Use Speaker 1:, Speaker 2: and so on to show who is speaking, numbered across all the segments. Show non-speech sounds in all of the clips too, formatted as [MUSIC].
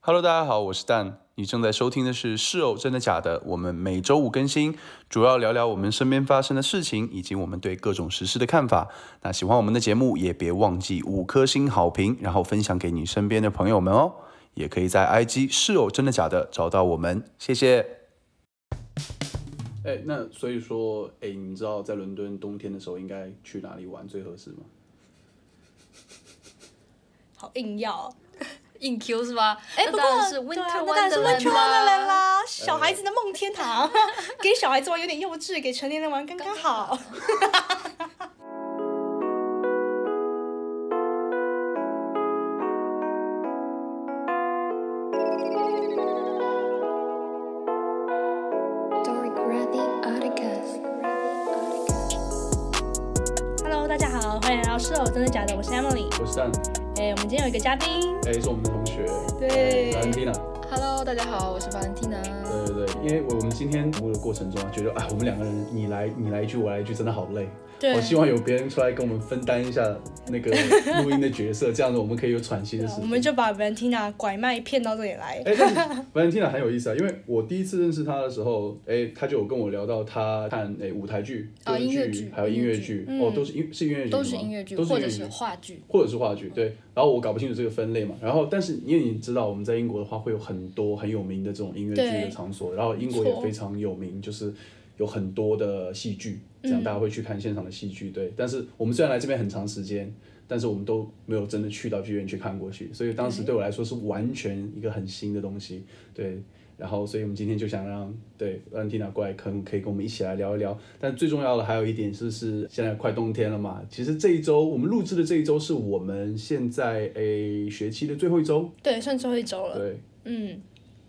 Speaker 1: Hello，大家好，我是蛋。你正在收听的是《是哦，真的假的》，我们每周五更新，主要聊聊我们身边发生的事情，以及我们对各种时事的看法。那喜欢我们的节目，也别忘记五颗星好评，然后分享给你身边的朋友们哦。也可以在 IG 是哦，真的假的找到我们，谢谢。哎，那所以说，哎，你知道在伦敦冬天的时候应该去哪里玩最合适吗？
Speaker 2: 好硬要，
Speaker 3: 硬 Q 是吧？
Speaker 2: 哎、
Speaker 3: 那
Speaker 2: 不过
Speaker 3: 当然是
Speaker 2: 对啊
Speaker 3: Winter
Speaker 2: 那当然是
Speaker 3: Wonderland
Speaker 2: Winter
Speaker 3: 啦
Speaker 2: Wonderland
Speaker 1: 呃
Speaker 2: 啦，小孩子的梦天堂，给小孩子玩有点幼稚，给成年人玩刚刚好。
Speaker 4: Story Gravity Articles.
Speaker 2: [LAUGHS] Hello，大家好，欢迎来到室友真的假的，我是 Emily。
Speaker 1: 我是蛋，
Speaker 2: 哎、我们今天有一个嘉宾，
Speaker 1: 哎，是我们的同学，
Speaker 2: 对
Speaker 1: Valentina
Speaker 3: Hello，大家好，我是 Valentina。
Speaker 1: 对对对，因为我们今天录的过程中啊，觉得啊，我们两个人你来你来一句，我来一句，真的好累。
Speaker 2: 对
Speaker 1: 我希望有别人出来跟我们分担一下那个录音的角色，这样子我们可以有喘息的时
Speaker 2: 我
Speaker 3: 啊
Speaker 1: 间。
Speaker 2: 们就把 Valentina 拐卖骗到这里来。
Speaker 1: 哎，但 Valentina 很有意思啊，因为我第一次认识她的时候，哎，她就有跟我聊到她看哎舞台剧、
Speaker 3: 哦
Speaker 1: 电视
Speaker 3: 音乐剧嗯
Speaker 1: 还有音乐剧，哦，都是音是音乐剧吗，
Speaker 3: 都是音乐剧，
Speaker 1: 都是
Speaker 3: 或
Speaker 1: 音
Speaker 3: 者
Speaker 1: 乐
Speaker 3: 是话剧。
Speaker 1: 或者是话剧，对。然后我搞不清楚这个分类嘛。然后，但是因为你知道我们在英国的话，会有很多很有名的这种音乐剧的
Speaker 2: 对
Speaker 1: 场所，然后英国
Speaker 2: 没
Speaker 1: 也
Speaker 2: 错
Speaker 1: 非常有名，就是有很多的戏剧，这样大家会去看现场的戏剧，对。但是我们虽然来这边很长时间。但是我们都没有真的去到剧院去看过去，所以当时对我来说是完全一个很新的东西，对。然后，所以我们今天就想让对让 Tina 过来，可能可以跟我们一起来聊一聊。但最重要的还有一点就是，现在快冬天了嘛，其实这一周我们录制的这一周是我们现在诶学期的最后一周，
Speaker 2: 对，算最后一周了。
Speaker 1: 对。
Speaker 2: 嗯，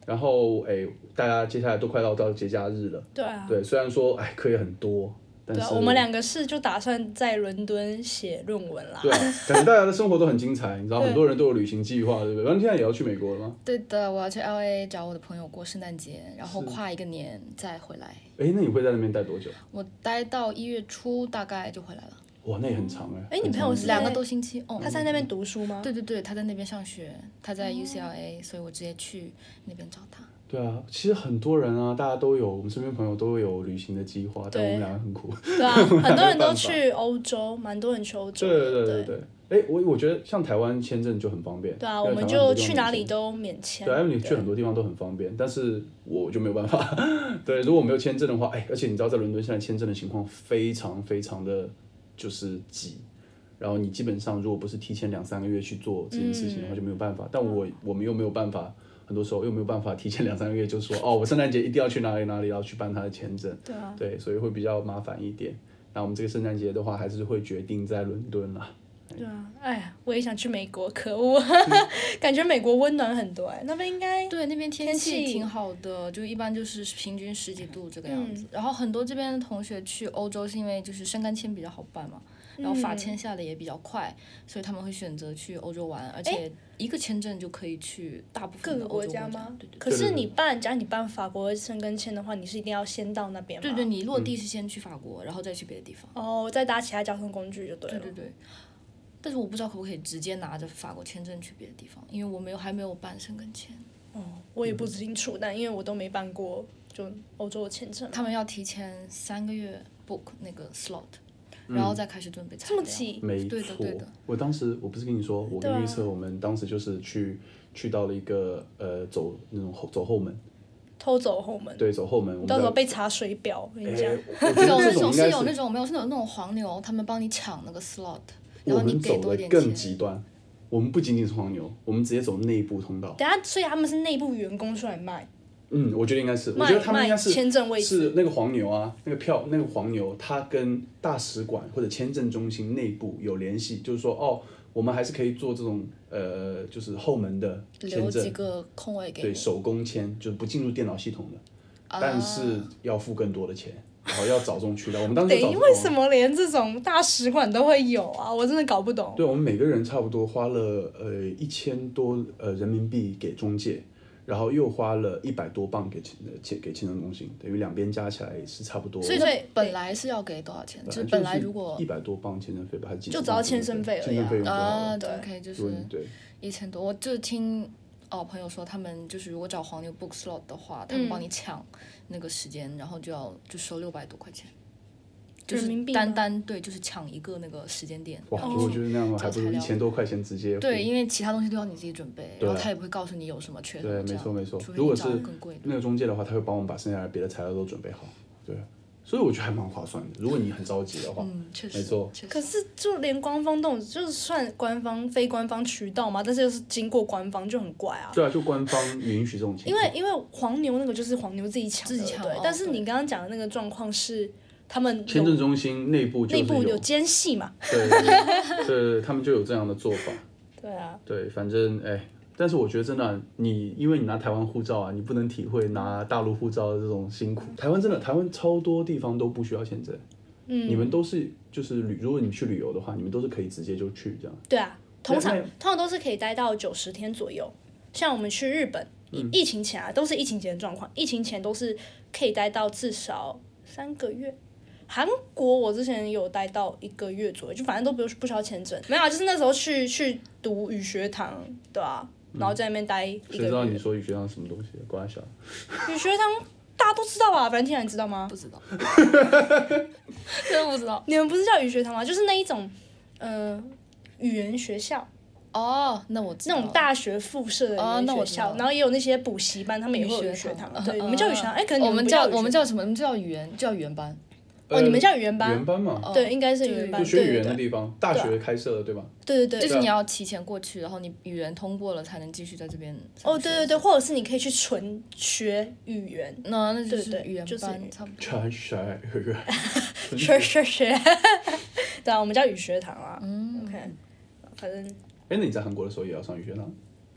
Speaker 1: 然后诶，大家接下来都快要到节假日了，
Speaker 2: 对啊。
Speaker 1: 对。虽然说哎课业很多，但
Speaker 2: 对
Speaker 1: 是
Speaker 2: 啊，我们两个是就打算在伦敦写论文啦。
Speaker 1: 对啊，感觉大家的生活都很精彩，你知道，
Speaker 2: 对
Speaker 1: 很多人都有旅行计划，对不对？然后现在也要去美国了吗？
Speaker 3: 对的，我要去 LA 找我的朋友过圣诞节，然后跨一个年再回来。
Speaker 1: 诶，哎那你会在那边待多久？
Speaker 3: 我待到一月初，大概就回来了，嗯
Speaker 1: 哇，那也很长哎。
Speaker 2: 诶你
Speaker 1: 很
Speaker 2: 朋
Speaker 1: 长
Speaker 2: 友
Speaker 1: 的
Speaker 2: 是
Speaker 1: 时间
Speaker 3: 两个多星期。哦，
Speaker 2: 他在那边读书吗？嗯
Speaker 3: 对对对，他在那边上学，他在 UCLA，、所以我直接去那边找他。
Speaker 1: 对啊，其实很多人啊，大家都有，我们身边朋友都有旅行的计划，但我们
Speaker 2: 对
Speaker 1: 两个很苦。
Speaker 2: 对啊，很多人都去欧洲，蛮多人去欧洲
Speaker 1: 对
Speaker 2: 的。
Speaker 1: 对对对对，哎，我我觉得像台湾签证就很方便。
Speaker 2: 对啊，
Speaker 1: 因为
Speaker 2: 我们
Speaker 1: 台湾
Speaker 2: 就
Speaker 1: 很多地方
Speaker 2: 去哪里
Speaker 1: 免签。
Speaker 2: 都免签。
Speaker 1: 对，因为你去很多地方都很方便，但是我就没有办法。对，如果没有签证的话，哎，而且你知道，在伦敦现在签证的情况非常非常的就是挤，然后你基本上如果不是提前两三个月去做这件事情的话，就没有办法。但我我们又没有办法，很多时候又没有办法提前两三个月就说，哦，我圣诞节一定要去哪里哪里，要去办他的签证。
Speaker 2: 对啊，
Speaker 1: 对，所以会比较麻烦一点。那我们这个圣诞节的话，还是会决定在伦敦啦。
Speaker 2: 对啊，哎呀，我也想去美国，可恶， [LAUGHS] 感觉美国温暖很多哎、那边应该
Speaker 3: 对，那边天
Speaker 2: 天
Speaker 3: 气
Speaker 2: 气
Speaker 3: 挺好的，就一般就是平均十几度这个样子。
Speaker 2: 嗯
Speaker 3: 然后很多这边的同学去欧洲是因为就是申干签比较好办嘛，然后法
Speaker 2: 嗯
Speaker 3: 签下的也比较快，所以他们会选择去欧洲玩，而且一个签证就可以去大部
Speaker 2: 各
Speaker 3: 分的
Speaker 2: 个
Speaker 3: 欧
Speaker 2: 国
Speaker 3: 洲
Speaker 2: 家
Speaker 3: 家
Speaker 2: 吗
Speaker 3: 对？对对。
Speaker 2: 可
Speaker 1: 对
Speaker 2: 是
Speaker 1: 对
Speaker 2: 你办，假如你办法国申根签的话，你是一定要先到那边吗？
Speaker 3: 对对，。你落地
Speaker 1: 嗯
Speaker 3: 是先去法国，然后再去别的地方。
Speaker 2: 哦，再搭其他交通工具就对了。
Speaker 3: 对对对。但是我不知道可不可以直接拿着法国签证去别的地方，因为我没有还没有办申根签，
Speaker 2: 哦，我也不清楚，但因为我都没办过，就欧洲的签证。
Speaker 3: 他们要提前三个月 book 那个 slot，、然
Speaker 1: 嗯
Speaker 3: 后再开始准备材
Speaker 2: 这
Speaker 3: 料。
Speaker 2: 么挤，
Speaker 1: 没
Speaker 3: 对的
Speaker 1: 错，
Speaker 3: 对的
Speaker 1: 我当时我不是跟你说，我
Speaker 2: 对
Speaker 1: 跟
Speaker 2: 啊
Speaker 1: 预测我们当时就是去去到了一个呃走那种后走后门，
Speaker 2: 偷走后门，
Speaker 1: 对，走后门，我们
Speaker 2: 到时候
Speaker 1: 的
Speaker 2: 被查水表，我跟你讲
Speaker 1: 哎。我我觉
Speaker 3: 有
Speaker 1: 得
Speaker 3: 那
Speaker 1: 这种
Speaker 3: 种
Speaker 1: 应该
Speaker 3: 是有那种没有是那种那种黄牛，他们帮你抢那个 slot，然
Speaker 1: 我
Speaker 3: 后你
Speaker 1: 们
Speaker 3: 给
Speaker 1: 走
Speaker 3: 多一
Speaker 1: 的
Speaker 3: 点
Speaker 1: 更
Speaker 3: 钱。
Speaker 1: 极端，我们不仅仅是黄牛，我们直接走内部通道。
Speaker 2: 等下，所以他们是内部员工出来卖，
Speaker 1: 嗯，我觉得应该是，我
Speaker 2: 卖
Speaker 1: 觉得他们应该
Speaker 2: 卖
Speaker 1: 是
Speaker 2: 签证位置。
Speaker 1: 是那个黄牛啊，那个票，那个黄牛，他跟大使馆或者签证中心内部有联系，就是说，哦，我们还是可以做这种呃，就是后门的签
Speaker 3: 留几
Speaker 1: 证，
Speaker 3: 个空位给
Speaker 1: 对，
Speaker 3: 你，啊
Speaker 1: 手工签，就是不进入电脑系统的，但是要付更多的钱，然后要找这种渠道。我们当时
Speaker 2: 等
Speaker 1: 就找这
Speaker 2: 一，
Speaker 1: 种
Speaker 2: 为什么连这种大使馆都会有啊？我真的搞不懂。
Speaker 1: 对，我们每个人差不多花了呃一千多呃人民币给中介，然后又花了一百多磅给签呃签给签证中心，等于两边加起来也是差不多。
Speaker 3: 所以
Speaker 2: 对
Speaker 3: 说
Speaker 2: 对
Speaker 3: 本来是要给多少钱？就是
Speaker 1: 是
Speaker 3: 本来如果
Speaker 1: 一百多磅签证费吧，还是几十
Speaker 2: 就只
Speaker 1: 磅
Speaker 2: 要签证费而
Speaker 1: 签
Speaker 2: 已
Speaker 1: 证
Speaker 2: 啊
Speaker 1: 费用就好了
Speaker 3: 啊
Speaker 2: 对
Speaker 3: ，OK，就
Speaker 1: 对
Speaker 3: 是
Speaker 1: 对，
Speaker 3: 一千多，我就听哦朋友说他们就是如果找黄牛 book slot 的话，
Speaker 2: 嗯
Speaker 3: 他们帮你抢那个时间，然后就要就收六百多块钱，就
Speaker 2: 人
Speaker 3: 是
Speaker 2: 民币
Speaker 3: 单
Speaker 2: 吗
Speaker 3: 单对就是抢一个那个时间点。
Speaker 1: 哇，
Speaker 3: 然后
Speaker 1: 如果就是那样，
Speaker 3: 找
Speaker 1: 还不如
Speaker 3: 哦材
Speaker 1: 一
Speaker 3: 料
Speaker 1: 千多块钱直接付
Speaker 3: 对，因为其他东西都要你自己准备，
Speaker 1: 对
Speaker 3: 然后他也不会告诉你有什么缺什
Speaker 1: 对
Speaker 3: 么这
Speaker 1: 没
Speaker 3: 样
Speaker 1: 错没错
Speaker 3: 除非
Speaker 1: 如果
Speaker 3: 你找
Speaker 1: 是
Speaker 3: 更贵的。
Speaker 1: 那个中介的话，他会帮我们把剩下的别的材料都准备好，对，所以我觉得还蛮划算的。如果你很着急的话，
Speaker 3: 嗯，确实，
Speaker 1: 没错
Speaker 3: 确实。
Speaker 2: 可是就连官方动，就是算官方非官方渠道嘛，但是又是经过官方就很怪啊。
Speaker 1: 对啊，就官方允许这种情
Speaker 2: 因
Speaker 1: 况，
Speaker 2: 为因为黄牛那个就是黄牛自己抢的，
Speaker 3: 自己抢
Speaker 2: 对
Speaker 3: 哦。
Speaker 2: 但是
Speaker 3: 对
Speaker 2: 你刚刚讲的那个状况是他们
Speaker 1: 签证中心内部就
Speaker 2: 内
Speaker 1: 是
Speaker 2: 部有
Speaker 1: 有，
Speaker 2: 奸细嘛？
Speaker 1: 对对对，他们就有这样的做法。
Speaker 2: 对啊，
Speaker 1: 对，反正哎，但是我觉得真的啊、你因为你拿台湾护照啊，你不能体会拿大陆护照的这种辛苦。台湾真的，台湾超多地方都不需要签证，
Speaker 2: 嗯，
Speaker 1: 你们都是就是旅，如果你去旅游的话，你们都是可以直接就去这样。
Speaker 2: 对啊，通常
Speaker 1: 那那
Speaker 2: 通常都是可以待到九十天左右。像我们去日本，
Speaker 1: 嗯
Speaker 2: 疫疫情前啊，都是疫情前的状况，疫情前都是可以待到至少三个月。韩国我之前有待到一个月左右，就反正都不用不需要签证，没有、啊，就是那时候去去读语学堂，对啊，然后在那边待一个
Speaker 1: 嗯谁知道你
Speaker 2: 月。
Speaker 1: 说语学堂什么东西？瓜小，
Speaker 2: 语学堂大家都知道吧？反正天然知道吗？
Speaker 3: 不知道，真的不知道。
Speaker 2: 你们不是叫语学堂吗？就是那一种，呃，语言学校。
Speaker 3: 哦，那我知道
Speaker 2: 那种大学附设的
Speaker 3: 哦
Speaker 2: 语
Speaker 3: 那
Speaker 2: 言
Speaker 3: 我
Speaker 2: 学
Speaker 3: 知
Speaker 2: 校，
Speaker 3: 道
Speaker 2: 然后也有那些补习班，他们也会有
Speaker 3: 语
Speaker 2: 语学
Speaker 3: 学
Speaker 2: 堂
Speaker 3: 堂。
Speaker 2: 对，
Speaker 3: 嗯
Speaker 2: 你们叫语
Speaker 3: 嗯
Speaker 2: 学堂，
Speaker 3: 嗯
Speaker 2: 哎，可能你
Speaker 3: 我们
Speaker 2: 不
Speaker 3: 叫
Speaker 2: 语学
Speaker 3: 我们叫什么？我们叫语言叫语言班。
Speaker 2: 哦，你们叫语言
Speaker 1: 原
Speaker 2: 班，
Speaker 1: 班嘛，
Speaker 3: 哦
Speaker 2: 对，应该是语
Speaker 3: 对
Speaker 2: 言班，
Speaker 1: 呃就
Speaker 2: 对
Speaker 1: 学语
Speaker 2: 对
Speaker 1: 言的
Speaker 2: 对
Speaker 1: 地方，大学开设的对啊吧？
Speaker 2: 对对对。
Speaker 3: 就是你要提前过去，然后你语言通过了才能继续在这边。
Speaker 2: 哦，对对对，。或者是你可以去纯学语言，
Speaker 3: 那那就是
Speaker 2: 对对
Speaker 3: 语言
Speaker 2: 就是
Speaker 3: 班，差不多。
Speaker 1: 全学语言，哎
Speaker 2: 学学学， [LAUGHS] 对啊，我们叫语学堂啊。OK，反正
Speaker 1: 哎，那你在韩国的时候也要上语学堂？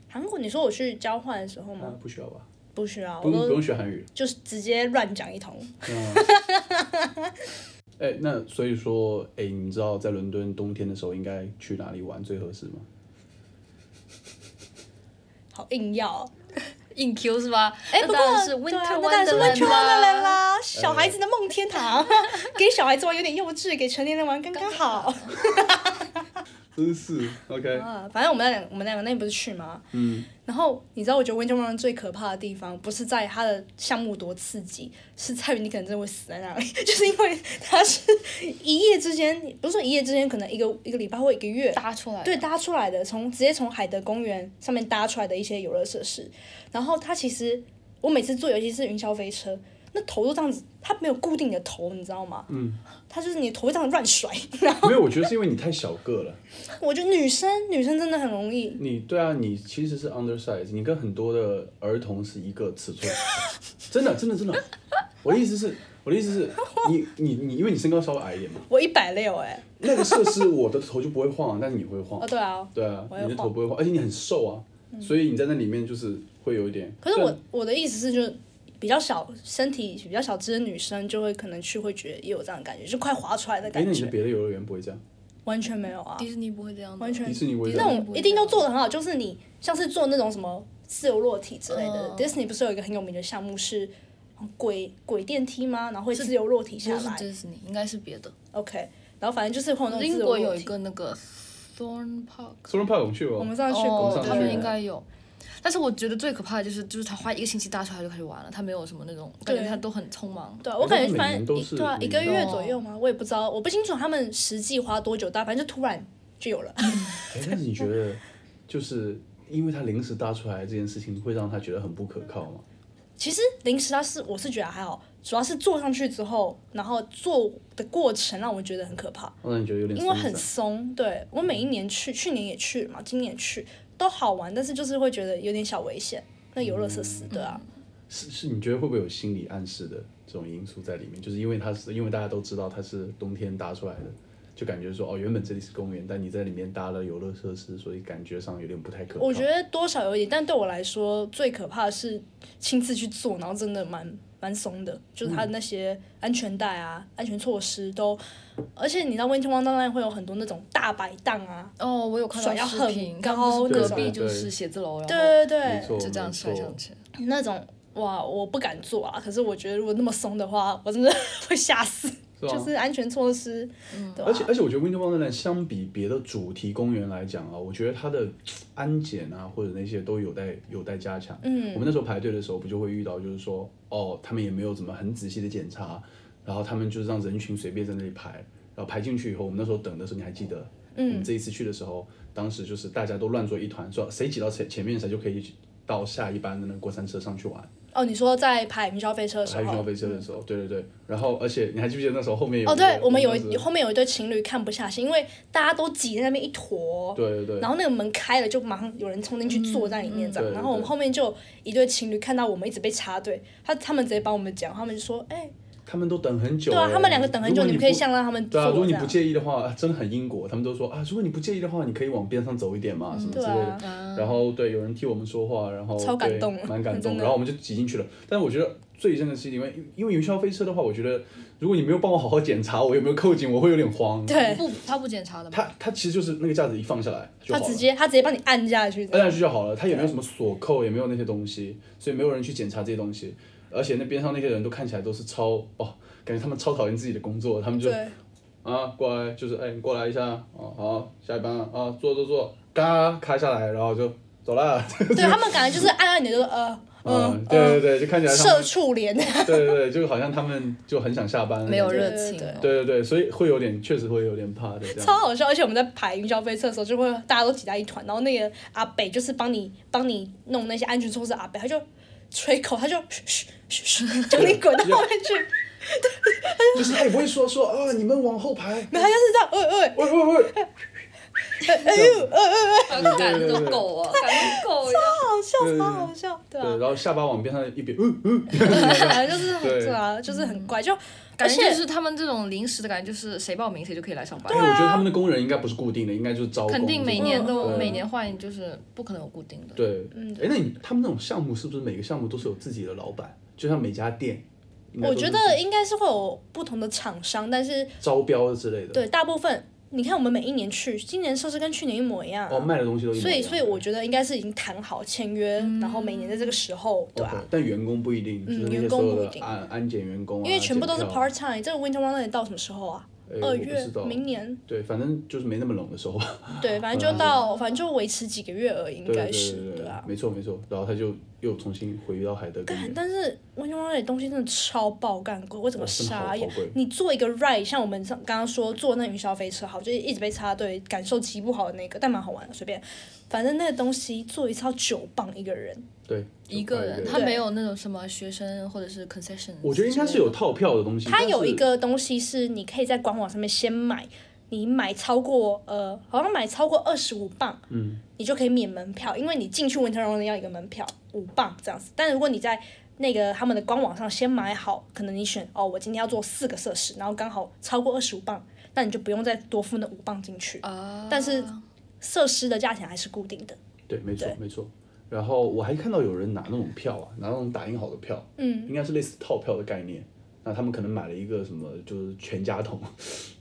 Speaker 2: 韩国，你说我去交换的时候
Speaker 1: 啊
Speaker 2: 吗？，
Speaker 1: 不需要吧？
Speaker 2: 不需要，
Speaker 1: 不
Speaker 2: 我
Speaker 1: 用不
Speaker 2: 都
Speaker 1: 用学韩语。
Speaker 2: 就是直接乱讲一通。
Speaker 1: 哎、那所以说，哎、你知道在伦敦冬天的时候应该去哪里玩最合适吗？
Speaker 2: 好硬要哦，
Speaker 3: 硬 Q 是吧？
Speaker 2: 哎，
Speaker 3: 那
Speaker 2: 不过
Speaker 3: 当然是
Speaker 2: 对啊
Speaker 3: Winter
Speaker 2: 那当然是 Winter
Speaker 3: Wonderland
Speaker 2: Wonderland
Speaker 3: 啦。 [LAUGHS] 呃
Speaker 2: 啦，小孩子的梦天堂， [LAUGHS] 给小孩子玩有点幼稚，给成年人玩刚刚好。
Speaker 3: [LAUGHS]
Speaker 1: 真是 OK，
Speaker 3: 嗯
Speaker 2: 啊，反正我们两我们两个那天不是去吗？
Speaker 1: 嗯，
Speaker 2: 然后你知道，我觉得 Winter Wonderland 最可怕的地方，不是在于它的项目多刺激，是在于你可能真的会死在那里， [LAUGHS] 就是因为它是一夜之间，不是说一夜之间，可能一个一个礼拜或一个月，
Speaker 3: 搭出来的
Speaker 2: 对，搭出来的，从直接从海德公园上面搭出来的一些游乐设施。然后它其实我每次坐，尤其是云霄飞车，那头都这样子，它没有固定你的头，你知道吗？
Speaker 1: 嗯，
Speaker 2: 它就是你的头会这样乱甩。 [LAUGHS] 然后
Speaker 1: [LAUGHS] 没有，我觉得是因为你太小个了。
Speaker 2: 我觉得女生女生真的很容易，
Speaker 1: 你对啊，你其实是 undersize，你跟很多的儿童是一个尺寸，真的，真的，真的。我的意思是，我的意思是，你你你，因为你身高稍微矮一点嘛，
Speaker 2: 我一百六哎，
Speaker 1: 那个设施我的头就不会晃，但是你会晃
Speaker 2: 哦。对啊，
Speaker 1: 对啊
Speaker 2: 我，也
Speaker 1: 你的头
Speaker 2: 晃嗯
Speaker 1: 不会晃，而且你很瘦啊，所以你在那里面就是会有一点。
Speaker 2: 可是
Speaker 1: 对啊
Speaker 2: 我我的意思是就是。比较小身体比较小只的女生就会可能去会觉得也有这样的感觉，就快滑出来的
Speaker 1: 哎，那
Speaker 2: 感
Speaker 1: 你的
Speaker 2: 觉，
Speaker 1: 别的游乐园不会这样？
Speaker 2: 完全没有啊，
Speaker 3: 迪士尼不会这样的，
Speaker 2: 完全
Speaker 1: 迪士尼不会这
Speaker 2: 那
Speaker 1: 样。
Speaker 2: 哦种一定都做的很好，就是你像是做那种什么自由落体之类的。
Speaker 3: 嗯
Speaker 2: Disney 不是有一个很有名的项目是轨轨电梯吗？然后会自由落体
Speaker 3: 不
Speaker 2: 下
Speaker 3: 是
Speaker 2: 来。
Speaker 3: 迪士尼，应该是别的。
Speaker 2: OK，然后反正就是会有那种
Speaker 3: 英
Speaker 2: 哦自由
Speaker 3: 国有
Speaker 2: 落
Speaker 3: 一
Speaker 2: 体。
Speaker 3: 个那个 Thorn Park，
Speaker 1: 苏龙派我们去过，
Speaker 2: 我们上次去
Speaker 1: 我们，
Speaker 2: 过
Speaker 1: 哦上次
Speaker 3: 哦他
Speaker 1: 去
Speaker 3: 们
Speaker 1: 过
Speaker 3: 应该有。但是我觉得最可怕的就是，就是他花一个星期搭出来就开始玩了，他没有什么那种感觉，
Speaker 2: 对
Speaker 3: 他都很匆忙。
Speaker 2: 对啊，我感觉
Speaker 1: 每
Speaker 2: 反
Speaker 1: 年
Speaker 2: 正
Speaker 1: 都
Speaker 2: 一
Speaker 1: 是
Speaker 2: 对啊，
Speaker 1: 每
Speaker 2: 一个
Speaker 1: 年都
Speaker 2: 月
Speaker 3: 是
Speaker 2: 左右吗？我也不知道，我不清楚他们实际花多久搭，反正就突然就有了。
Speaker 1: 哎，但是你觉得，就是因为他临时搭出来这件事情，会让他觉得很不可靠吗？
Speaker 2: 其实临时它是我是觉得还好，主要是坐上去之后，然后坐的过程让我觉得很可怕。
Speaker 1: 让你觉得有点
Speaker 2: 因为
Speaker 1: 松
Speaker 2: 很
Speaker 1: 散
Speaker 2: 松，对我
Speaker 1: 嗯
Speaker 2: 每一年去，去年也去了嘛，今年也去都好玩，但是就是会觉得有点小危险。那游乐设
Speaker 1: 嗯
Speaker 2: 施，对啊，
Speaker 1: 是是，你觉得会不会有心理暗示的这种因素在里面？就是因为它是因为大家都知道它是冬天搭出来的，就感觉说哦，原本这里是公园，但你在里面搭了游乐设施，所以感觉上有点不太可靠。
Speaker 2: 我觉得多少有一点，但对我来说最可怕的是亲自去做，然后真的蛮蛮松的，就是
Speaker 1: 嗯
Speaker 2: 它的那些安全带啊、安全措施都，而且你知道 Winter Wonderland 会有很多那种大摆档啊，
Speaker 3: 哦，我有看
Speaker 2: 甩
Speaker 3: 到
Speaker 2: 到
Speaker 3: 视
Speaker 2: 很
Speaker 3: 频，
Speaker 2: 高
Speaker 3: 刚不
Speaker 1: 那
Speaker 3: 是隔
Speaker 1: 种
Speaker 3: 壁
Speaker 1: 对
Speaker 3: 就是写字楼，然后
Speaker 2: 对对对
Speaker 1: 哦没，错，
Speaker 3: 就这样摔
Speaker 1: 没
Speaker 3: 上
Speaker 1: 错。
Speaker 3: 去。
Speaker 2: 那种哇，我不敢做啊。可是我觉得如果那么松的话，我真的 [LAUGHS] 会吓死。
Speaker 1: 是吧？嗯
Speaker 2: 就是安全措施，对吧？啊
Speaker 1: 而且而且，我觉得 Winter Wonderland 相比别的主题公园来讲啊，我觉得它的安检啊或者那些都有待有待加强。嗯，我们那时候排队的时候，不就会遇到，就是说，哦，他们也没有怎么很仔细的检查，然后他们就是让人群随便在那里排，然后排进去以后，我们那时候等的时候，你还记得？嗯，我们这一次去的时候，当时就是大家都乱作一团，说谁挤到前前面谁就可以到下一班的那个过山车上去玩。
Speaker 2: 哦，你说在排云霄飞车的时
Speaker 1: 还有
Speaker 2: 候
Speaker 1: 消，费车的时候，对对对。然后，而且你还记不记得那时候后面有
Speaker 2: 哦，
Speaker 1: 一个
Speaker 2: 对，我们有
Speaker 1: 当时
Speaker 2: 一后面有一对情侣看不下去，因为大家都挤在那边一坨，
Speaker 1: 对对对，
Speaker 2: 然后哦那个门开了，就马上有人冲进去坐在里面这
Speaker 1: 嗯
Speaker 2: 样。
Speaker 1: 对
Speaker 2: 然后我们
Speaker 1: 对
Speaker 2: 后面就有一对情侣看到我们一直被插队，他他们直接帮我们讲，他们就说：“哎、
Speaker 1: 他们都等很久
Speaker 2: 对
Speaker 1: 了。
Speaker 2: 啊，他们两个等很
Speaker 1: 如
Speaker 2: 久，
Speaker 1: 果
Speaker 2: 你
Speaker 1: 你
Speaker 2: 们可以像让他们
Speaker 1: 对
Speaker 2: 坐
Speaker 1: 啊，如果
Speaker 2: 这
Speaker 1: 你
Speaker 2: 样。
Speaker 1: 不介意的话，啊真的很英国。他们都说啊，如果你不介意的话，你可以往边上走一点嘛，什么之类的。
Speaker 2: 嗯对啊
Speaker 3: 嗯
Speaker 1: 然后对，有人替我们说话，然后
Speaker 2: 超感
Speaker 1: 对
Speaker 2: 动
Speaker 1: 蛮感
Speaker 2: 真
Speaker 1: 动。
Speaker 2: 的
Speaker 1: 然后我们就挤进去了。但是我觉得最真的是因为因为云霄飞车的话，我觉得如果你没有帮我好好检查我有没有扣紧，我会有点慌。
Speaker 2: 对，
Speaker 3: 不，他不检查的吗？
Speaker 1: 它它其实就是那个架子一放下来就
Speaker 2: 他
Speaker 1: 好了哎
Speaker 2: 直。接他直接帮你按下去这
Speaker 1: 按
Speaker 2: 样，
Speaker 1: 下去就好了，它也没有什么锁扣，也没有那些东西，所以没有人去检查这些东西。而且那边上那些人都看起来都是超哦，感觉他们超讨厌自己的工作，他们就
Speaker 2: 对，
Speaker 1: 啊，过来就是哎，你过来一下，哦，好，下一班了啊，坐坐坐，嘎咔下来，然后 [LAUGHS] 就走了。
Speaker 2: 对他们感觉就是按按你就呃 [LAUGHS] 嗯
Speaker 1: [LAUGHS] 嗯，对对对，就看起来他
Speaker 2: 社
Speaker 1: 们，
Speaker 2: 畜脸，
Speaker 1: 对对对，就好像他们就很想下班了。
Speaker 3: 没有热
Speaker 2: 对
Speaker 3: 情
Speaker 2: 对
Speaker 3: 哦，
Speaker 1: 对对对，所以会有点，确实会有点怕的这
Speaker 2: 超
Speaker 1: 样。
Speaker 2: 好笑。而且我们在排云霄飞车的时候，就会大家都挤在一团，然后那个阿北就是帮你帮你弄那些安全措施，阿北他就吹口，他就嘘嘘嘘嘘，叫你滚到后面去，
Speaker 1: 就是他也不会说说啊，你们往后排，
Speaker 2: 没有，他就是这样，喂喂。
Speaker 1: 喂喂喂，
Speaker 2: 哎呦，呃呃，
Speaker 3: 感
Speaker 1: 对对对
Speaker 3: 动狗啊，感动狗呀！
Speaker 2: 好笑，
Speaker 1: 对对对
Speaker 2: 超好笑，对
Speaker 1: 对，
Speaker 2: 吧？
Speaker 1: 然后下巴往边上一边，嗯嗯，
Speaker 2: 反正就是很
Speaker 1: 对嗯
Speaker 2: 对啊，就是很怪，就而
Speaker 3: 感觉
Speaker 2: 且
Speaker 3: 就是他们这种临时的感觉，就是谁报名谁就可以来上班
Speaker 1: 哎，，我觉
Speaker 2: 啊
Speaker 1: 得他们的工人应该不是固定的，应该就是招工这
Speaker 3: 肯
Speaker 1: 种，
Speaker 3: 定每年都
Speaker 1: 对
Speaker 3: 每年换，就是不可能有固定的。
Speaker 1: 嗯对，
Speaker 2: 嗯
Speaker 1: 哎，那你他们那种项目是不是每个项目都是有自己的老板？就像每家店，应该
Speaker 2: 我
Speaker 1: 都
Speaker 2: 觉
Speaker 1: 是
Speaker 2: 得应该是会有不同的厂商，但是
Speaker 1: 招标之类的，
Speaker 2: 对大部分，你看我们每一年去，今年设施跟去年一模一样啊，
Speaker 1: 哦，卖的东西都一模
Speaker 2: 所
Speaker 1: 一
Speaker 2: 以
Speaker 1: 样
Speaker 2: 所以我觉得应该是已经谈好签约，然后每年在这个时候，对
Speaker 1: OK，
Speaker 2: 啊。
Speaker 1: 但员工不一定，就是
Speaker 2: 嗯
Speaker 1: 那些
Speaker 2: 员
Speaker 1: 所
Speaker 2: 工
Speaker 1: 有
Speaker 2: 不一
Speaker 1: 的
Speaker 2: 定
Speaker 1: 安安检员工啊，
Speaker 2: 因为全部都是
Speaker 1: 检票啊
Speaker 2: part time，这个 Winter Wonderland 到什么时候啊？
Speaker 1: 哎
Speaker 2: 二
Speaker 1: 我不
Speaker 2: 月
Speaker 1: 知，道
Speaker 2: 明年
Speaker 1: 对，反正就是没那么冷的时候吧，
Speaker 2: 对，反正就到，反正就维持几个月而已，应
Speaker 1: 嗯对对
Speaker 2: 该
Speaker 1: 对
Speaker 2: 是
Speaker 1: 对对
Speaker 2: 对啊，。
Speaker 1: 没错没错，然后他就又重新回到海德根
Speaker 2: 干
Speaker 1: 园，
Speaker 2: 但是温泉湾的东西真的超爆干贵，我怎么
Speaker 1: 哇哦真的好
Speaker 2: 傻眼
Speaker 1: 好贵？
Speaker 2: 你坐一个 ride，像我们上刚刚说坐那云霄飞车，好，就是一直被插队，感受极不好的那个，但蛮好玩的，随便。反正那个东西坐一次要九磅一个人，
Speaker 1: 对，
Speaker 3: 一
Speaker 1: 就
Speaker 3: 个
Speaker 1: 快
Speaker 3: 人，
Speaker 1: 乐
Speaker 3: 他没有那种什么学生或者是 concession。
Speaker 1: 我觉得应该是有套票的东西，
Speaker 2: 它
Speaker 1: 但
Speaker 2: 有
Speaker 1: 是
Speaker 2: 一个东西是你可以在官网上面先买，你买超过呃，好像买超过二十五磅，
Speaker 1: 嗯，
Speaker 2: 你就可以免门票，因为你进去 Winter Wonderland 要一个门票五磅这样子。但如果你在那个他们的官网上先买好，可能你选哦，我今天要做四个设施，然后刚好超过二十五磅，那你就不用再多付那五磅进去。
Speaker 3: 啊，
Speaker 2: 但是设施的价钱还是固定的，
Speaker 1: 对，没错
Speaker 2: 对
Speaker 1: 没错。然后我还看到有人拿那种票啊，拿那种打印好的票，
Speaker 2: 嗯，
Speaker 1: 应该是类似套票的概念。那他们可能买了一个什么，就是全家桶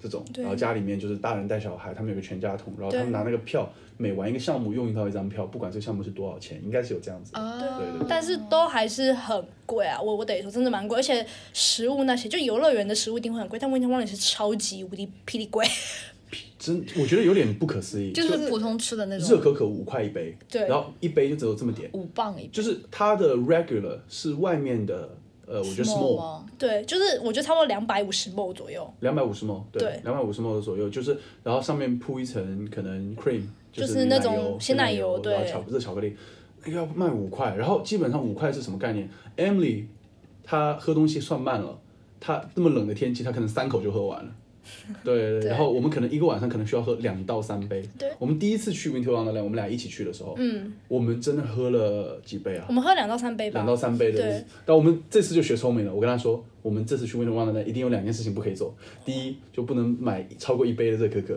Speaker 1: 这种，
Speaker 2: 对
Speaker 1: 然后家里面就是大人带小孩，他们有个全家桶，然后他们
Speaker 2: 对
Speaker 1: 拿那个票，每玩一个项目用一到一张票，不管这个项目是多少钱，应该是有这样子
Speaker 2: 哦
Speaker 1: 的。
Speaker 3: 啊，
Speaker 1: 对对对
Speaker 2: 但是都还是很贵啊，我我得说真的蛮贵，而且食物那些就游乐园的食物一定会很贵，但 Winter Wonderland 是超级无敌霹雳贵， [LAUGHS]
Speaker 1: 真我觉得有点不可思议，
Speaker 3: 就是普通吃的那
Speaker 1: 热
Speaker 3: 种，
Speaker 1: 可可五块一杯，
Speaker 2: 对
Speaker 1: 然后一杯就只有这么点，
Speaker 3: 五磅一杯，
Speaker 1: 就是它的 regular 是外面的，呃，我觉得
Speaker 3: small
Speaker 1: small
Speaker 3: 吗？
Speaker 2: 对，就是我觉得差不多两百五十 m 左右，
Speaker 1: 两百五十 ml，对
Speaker 2: 对，
Speaker 1: 两百五十 ml 左右，就是然后上面铺一层可能 cream，
Speaker 2: 就是
Speaker 1: 是
Speaker 2: 那
Speaker 1: 奶
Speaker 2: 种
Speaker 1: 油
Speaker 2: 鲜
Speaker 1: 奶
Speaker 2: 奶油对
Speaker 1: 然后巧热巧克力，那个要卖五块，然后基本上五块是什么概念？Emily，她喝东西算慢了，她那么冷的天气，她可能三口就喝
Speaker 2: [LAUGHS]
Speaker 1: 完了。对对对，然后我们可能一个晚上可能需要喝两到三杯。
Speaker 2: 对，
Speaker 1: 我们第一次去 Winter Wonderland，我们俩一起去的时候，
Speaker 2: 嗯，
Speaker 1: 我们真的喝了几杯啊
Speaker 2: 我？们喝两到三杯吧，
Speaker 1: 两到三杯的。
Speaker 2: 对
Speaker 1: 但我们这次就学聪明了，我跟他说，我们这次去 Winter Wonderland 一定有两件事情不可以做，第一就不能买超过一杯的热可可，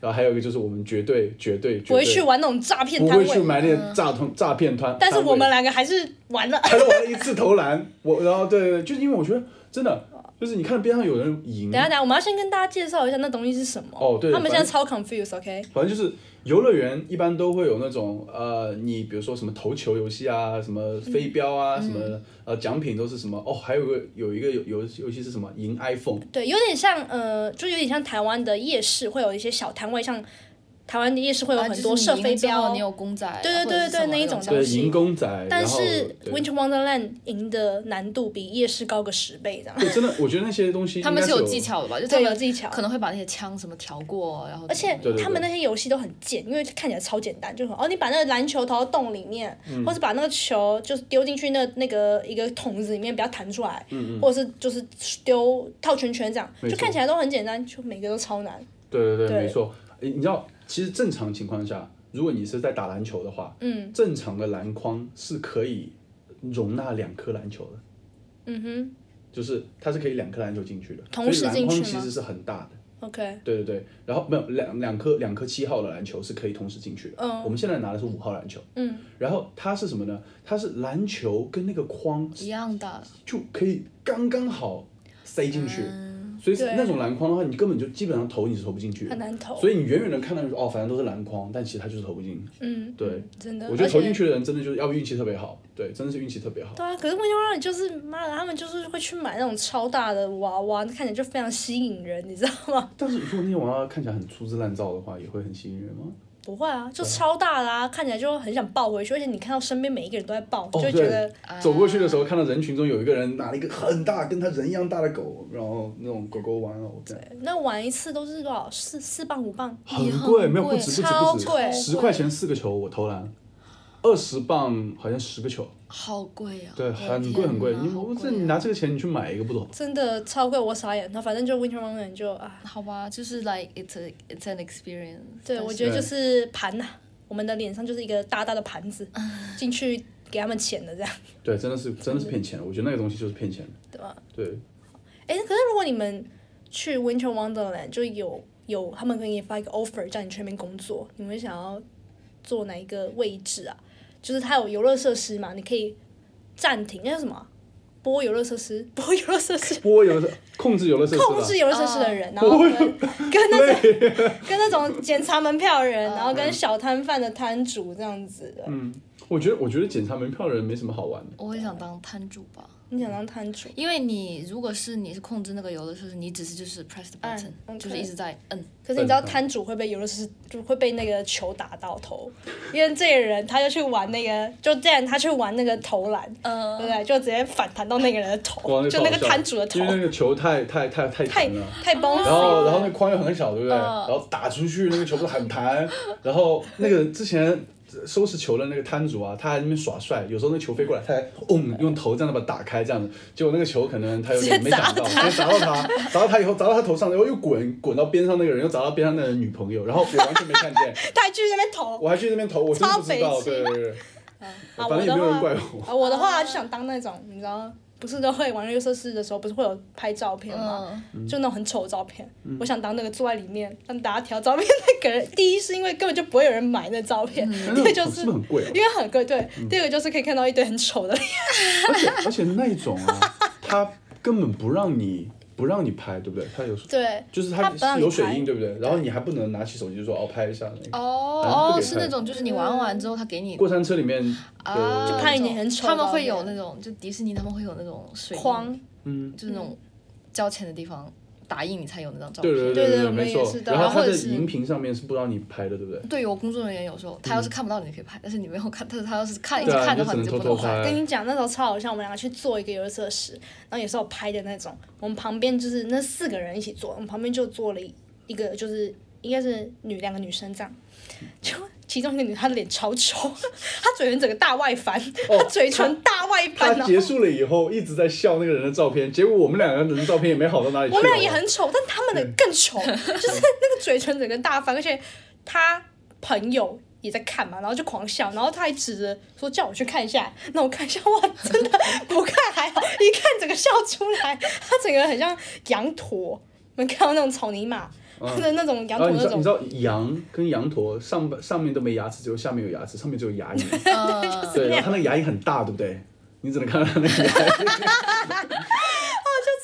Speaker 1: 然后还有一个就是我们绝对绝对绝对
Speaker 2: 不会去玩那种诈骗
Speaker 1: 不
Speaker 2: 摊
Speaker 1: 会去
Speaker 2: 位，嗯
Speaker 1: 买那些诈团诈骗团，
Speaker 2: 但是我们
Speaker 1: 来
Speaker 2: 两个还是玩了。
Speaker 1: 嗯还是玩了一次投篮，我然后对对对，就是因为我觉得真的。就是你看边上有人赢
Speaker 2: 等一，下，等一下，我们要先跟大家介绍一下那东西是什么。
Speaker 1: 哦对
Speaker 2: 他们
Speaker 1: 反
Speaker 2: 现
Speaker 1: 正
Speaker 2: 在超 confused，OK？、
Speaker 1: 反正就是游乐园一般都会有那种呃，你比如说什么投球游戏啊，什么飞镖啊，什
Speaker 2: 嗯
Speaker 1: 么呃奖品都是什么哦，还有一个有一个游游游戏是什么赢 iPhone，
Speaker 2: 对，有点像呃，就有点像台湾的夜市会有一些小摊位，像台湾的夜市会有
Speaker 3: 啊
Speaker 2: 很
Speaker 3: 就
Speaker 2: 多
Speaker 3: 啊是你
Speaker 2: 射
Speaker 3: 赢
Speaker 2: 飞
Speaker 3: 了之
Speaker 2: 镖
Speaker 3: 后你有公仔啊，
Speaker 2: 对对
Speaker 3: 或者
Speaker 2: 对
Speaker 3: 是
Speaker 2: 对
Speaker 3: 什么
Speaker 2: 那一
Speaker 3: 种
Speaker 2: 种
Speaker 3: 东
Speaker 1: 对，
Speaker 2: 西
Speaker 1: 赢公仔，
Speaker 2: 但
Speaker 1: 然后
Speaker 2: 是
Speaker 1: 对
Speaker 2: Winter Wonderland 赢的难度比夜市高个十倍，这样。
Speaker 1: 对，真的，我觉得那些东西
Speaker 3: 他
Speaker 1: 应
Speaker 3: 们
Speaker 1: 该
Speaker 3: 是
Speaker 1: 有
Speaker 3: 技，巧的吧？就他
Speaker 2: 对，有
Speaker 3: 们
Speaker 2: 技巧
Speaker 3: 可。能会把那些枪什么调过，然后
Speaker 2: 而且
Speaker 1: 对对
Speaker 2: 他们那些游戏都很贱，因为看起来超简单，就是哦，你把那个篮球投到洞里面，
Speaker 1: 嗯
Speaker 2: 或者把那个球就是丢进去那那个一个桶子里面，不要弹出来，或者是就是丢套圈圈这样，
Speaker 1: 嗯没
Speaker 2: 就
Speaker 1: 错
Speaker 2: 看起来都很简单，就每个都超难。
Speaker 1: 对对对，
Speaker 2: 对
Speaker 1: 没错。诶你知道，其实正常情况下，如果你是在打篮球的话，
Speaker 2: 嗯
Speaker 1: 正常的篮筐是可以容纳两颗篮球的，
Speaker 2: 嗯哼
Speaker 1: 就是它是可以两颗篮球进去的，
Speaker 2: 同时
Speaker 1: 所以
Speaker 2: 进
Speaker 1: 篮
Speaker 2: 去
Speaker 1: 筐
Speaker 2: 吗
Speaker 1: 其实是很大的。
Speaker 2: ，OK，
Speaker 1: 对对对，然后没有两两颗两颗七号的篮球是可以同时进去的。
Speaker 2: 嗯
Speaker 1: 我们现在拿的是五号篮球，
Speaker 2: 嗯，
Speaker 1: 然后它是什么呢？它是篮球跟那个框
Speaker 3: 一样的，
Speaker 1: 就可以刚刚好塞进去，所以那种篮筐的话，你根本就基本上投你是投不进去
Speaker 2: 嗯很
Speaker 1: 的。
Speaker 2: 难投。
Speaker 1: 所以你远远的看到就说哦，反正都是篮筐，但其实它就是投不进。
Speaker 2: 嗯，
Speaker 1: 对，
Speaker 2: 真的。
Speaker 1: 我觉得投进
Speaker 2: 而且
Speaker 1: 去的人真的就是要不运气特别好，对，真的是运气特别
Speaker 2: [LAUGHS]
Speaker 1: 好。
Speaker 2: 对啊，可是温州让你就是妈的，他们就是会去买那种超大的娃娃，看起来就非常吸引人，你知道吗？
Speaker 1: 但是如果那些娃娃看起来很粗制滥造的话，也会很吸引人吗？
Speaker 2: 不会啊，就超大的啊，看起来就很想抱回去，而且你看到身边每一个人都在抱，
Speaker 1: 哦
Speaker 2: 就会觉得
Speaker 1: 走过去的时候，看到人群中有一个人拿了一个很大、跟他人一样大的狗，然后那种狗狗玩偶，这样
Speaker 2: 那玩一次都是多少四四磅五磅，
Speaker 1: 很
Speaker 3: 很
Speaker 1: 贵，没有不
Speaker 3: 贵
Speaker 1: 止不止
Speaker 2: 超
Speaker 1: 不止
Speaker 2: 贵，
Speaker 1: 十块钱四个球我投篮，二十磅好像十个球，
Speaker 3: 好贵啊！
Speaker 1: 对，
Speaker 3: 我的
Speaker 1: 很
Speaker 3: 天
Speaker 1: 贵很贵。
Speaker 3: 哪
Speaker 1: 你
Speaker 3: 好
Speaker 1: 我
Speaker 3: 贵
Speaker 1: 这你
Speaker 3: 啊
Speaker 1: 拿这个钱你去买一个不懂，
Speaker 2: 真的超贵，我傻眼。那反正就 Winter Wonderland 就啊，
Speaker 3: 好吧，就是 like it's a it's an experience
Speaker 2: 对
Speaker 3: 但是。
Speaker 2: 我觉得
Speaker 1: 对
Speaker 2: 就是盘呐、我们的脸上就是一个大大的盘子，进去给他们钱的这样，
Speaker 1: 对，真的是真的是骗钱的，我觉得那个东西就是骗钱的，
Speaker 2: 对吧？
Speaker 1: 对，，
Speaker 2: 哎，可是如果你们去 Winter Wonderland 就有有他们给你发一个 offer 叫你去那边工作，你们想要做哪一个位置啊？就是它有游乐设施嘛，你可以暂停那叫什么啊？播游乐设 [LAUGHS] 施，播游乐设施
Speaker 1: 播游乐控制游乐设施
Speaker 2: 控
Speaker 1: 吧
Speaker 2: 制，游乐设施的人，然哦后跟跟那 [LAUGHS] 种跟那种检查门票的 [LAUGHS] 人，然后跟小摊贩的摊主这样子的。
Speaker 1: 嗯，我觉得我觉得检查门票的人没什么好玩的，
Speaker 3: 我会想当摊主吧，
Speaker 2: 你想当摊主？
Speaker 3: 因为你如果是你是控制那个游乐设施，你只是就是 press the
Speaker 2: 按
Speaker 3: button，、
Speaker 2: 嗯，OK
Speaker 3: 就是一直在摁。
Speaker 2: 可是你知道摊主会被游乐设施就会被那个球打到头，因为这个人他就去玩那个，就这样他去玩那个投篮，对不
Speaker 3: 呃，
Speaker 2: 对？就直接反弹到那个人的
Speaker 1: 哇，
Speaker 2: 头，
Speaker 1: 那
Speaker 2: 就
Speaker 1: 超
Speaker 2: 那
Speaker 1: 好
Speaker 2: 个
Speaker 1: 笑
Speaker 2: 摊主的头
Speaker 1: 因，为那个球太太太太
Speaker 2: 太
Speaker 1: 疼了。
Speaker 2: 太崩
Speaker 1: 然后，然后
Speaker 2: 了。
Speaker 1: 那框又很小，对
Speaker 2: 嗯
Speaker 1: 不对？然后打出去那个球不是很
Speaker 2: [LAUGHS]
Speaker 1: 弹，然后那个之前收拾球的那个摊主啊，他还在那边耍帅，有时候那球飞过来，他还嗡用头这样子把它打开，这样子，结果那个球可能他有点没想到，直接砸到他，砸到他以后砸到他头上，然后又滚滚到边上那个人，又砸到边上那个人女朋友，然后我完全没看
Speaker 2: [LAUGHS]
Speaker 1: 见，
Speaker 2: 他还去那边投
Speaker 1: 我还去那边投，我真的不知
Speaker 2: 超
Speaker 1: 道，
Speaker 2: 北
Speaker 1: 对
Speaker 2: 京
Speaker 1: 对对对，
Speaker 2: 啊！
Speaker 1: 反
Speaker 2: 我
Speaker 1: 正也
Speaker 2: 的
Speaker 1: 没有人
Speaker 2: 话
Speaker 1: 怪我。
Speaker 2: 啊，我的话就想当那种，你知道，不是都会玩游乐设施的时候，不是会有拍照片吗？
Speaker 3: 嗯，
Speaker 2: 就那种很丑的照片，
Speaker 1: 嗯
Speaker 2: 我想当那个坐在里面让大家挑照片那个人。第一是因为根本就不会有人买那照片，
Speaker 1: 但
Speaker 2: 第二
Speaker 1: 那
Speaker 2: 就
Speaker 1: 种是不是很贵
Speaker 2: [LAUGHS]
Speaker 1: 啊？
Speaker 2: 因为很贵，对。第二个就是可以看到一堆很丑的脸，
Speaker 1: 而且而且那种啊，他根本不让你不让你拍，对不对？他有
Speaker 2: 对，
Speaker 1: 就是
Speaker 2: 它
Speaker 1: 它
Speaker 2: 不让
Speaker 1: 是
Speaker 2: 你
Speaker 1: 有水
Speaker 2: 拍
Speaker 1: 印，对不对？然后你还不能拿起手机就说哦拍一下那个。
Speaker 3: 哦
Speaker 1: 嗯不
Speaker 3: 哦，
Speaker 1: 给
Speaker 3: 是
Speaker 1: 拍
Speaker 3: 那种就是你玩完之后他给你
Speaker 1: 过山车里面，对
Speaker 3: 啊，
Speaker 1: 对
Speaker 2: 就
Speaker 1: 对
Speaker 2: 拍你很丑
Speaker 3: 他
Speaker 2: 的
Speaker 3: 们会
Speaker 2: 照
Speaker 3: 有
Speaker 2: 片
Speaker 3: 那种就迪士尼他们会有那种水印
Speaker 2: 框，
Speaker 1: 嗯，
Speaker 3: 就是那种交钱的地方打印你才有那张照
Speaker 1: 对对
Speaker 3: 片。
Speaker 2: 对对
Speaker 1: 对
Speaker 2: 我们
Speaker 1: 没
Speaker 2: 也
Speaker 1: 错
Speaker 2: 是。的
Speaker 1: 然后它
Speaker 3: 或者
Speaker 1: 的
Speaker 3: 是
Speaker 1: 荧屏上面是不让你拍的，对不对？
Speaker 3: 对，有工作人员有时候他要是看不到你可以拍，但是你没有看，但是他要是看一直
Speaker 1: 嗯对啊
Speaker 3: 看的
Speaker 1: 你就只
Speaker 3: 话，你
Speaker 1: 能
Speaker 3: 就不
Speaker 1: 偷偷
Speaker 3: 能
Speaker 1: 拍啊
Speaker 3: 拍。
Speaker 2: 跟你讲，那时候超好笑，我们两个去做一个游乐设施，然后也是我拍的那种。我们旁边就是那四个人一起做，我们旁边就坐了一个，就是应该是女两个女生这样，
Speaker 1: 嗯
Speaker 2: 就 [LAUGHS] 其中一个女，她的脸超丑， [LAUGHS] 她嘴唇整个大外翻，
Speaker 1: 哦
Speaker 2: 她嘴唇大外翻
Speaker 1: 它
Speaker 2: 哦。
Speaker 1: 结束了以后一直在笑那个人的照片，结果我们两个人的照嗯片也没好到哪里去。
Speaker 2: 我们俩也很丑，但他们的
Speaker 1: [LAUGHS]
Speaker 2: 更丑，就是那个嘴唇整个大翻，而且他朋友。也在看嘛，然后就狂笑，然后他还指着说叫我去看一下，那我看一下，哇，真的不看还好，一看整个笑出来，他整个很像羊驼，你们看到那种草泥马，或者那种羊
Speaker 1: 然后嗯哦
Speaker 2: 驼
Speaker 1: 你
Speaker 2: 那
Speaker 1: 知道你
Speaker 2: 种
Speaker 1: 知，道羊跟羊驼上半上面都没牙齿，只有下面有牙齿，上面只有牙龈。
Speaker 2: [LAUGHS]
Speaker 3: 嗯，
Speaker 1: 对，然后它那个牙龈很大，对不对？你只能看到它那个牙龈。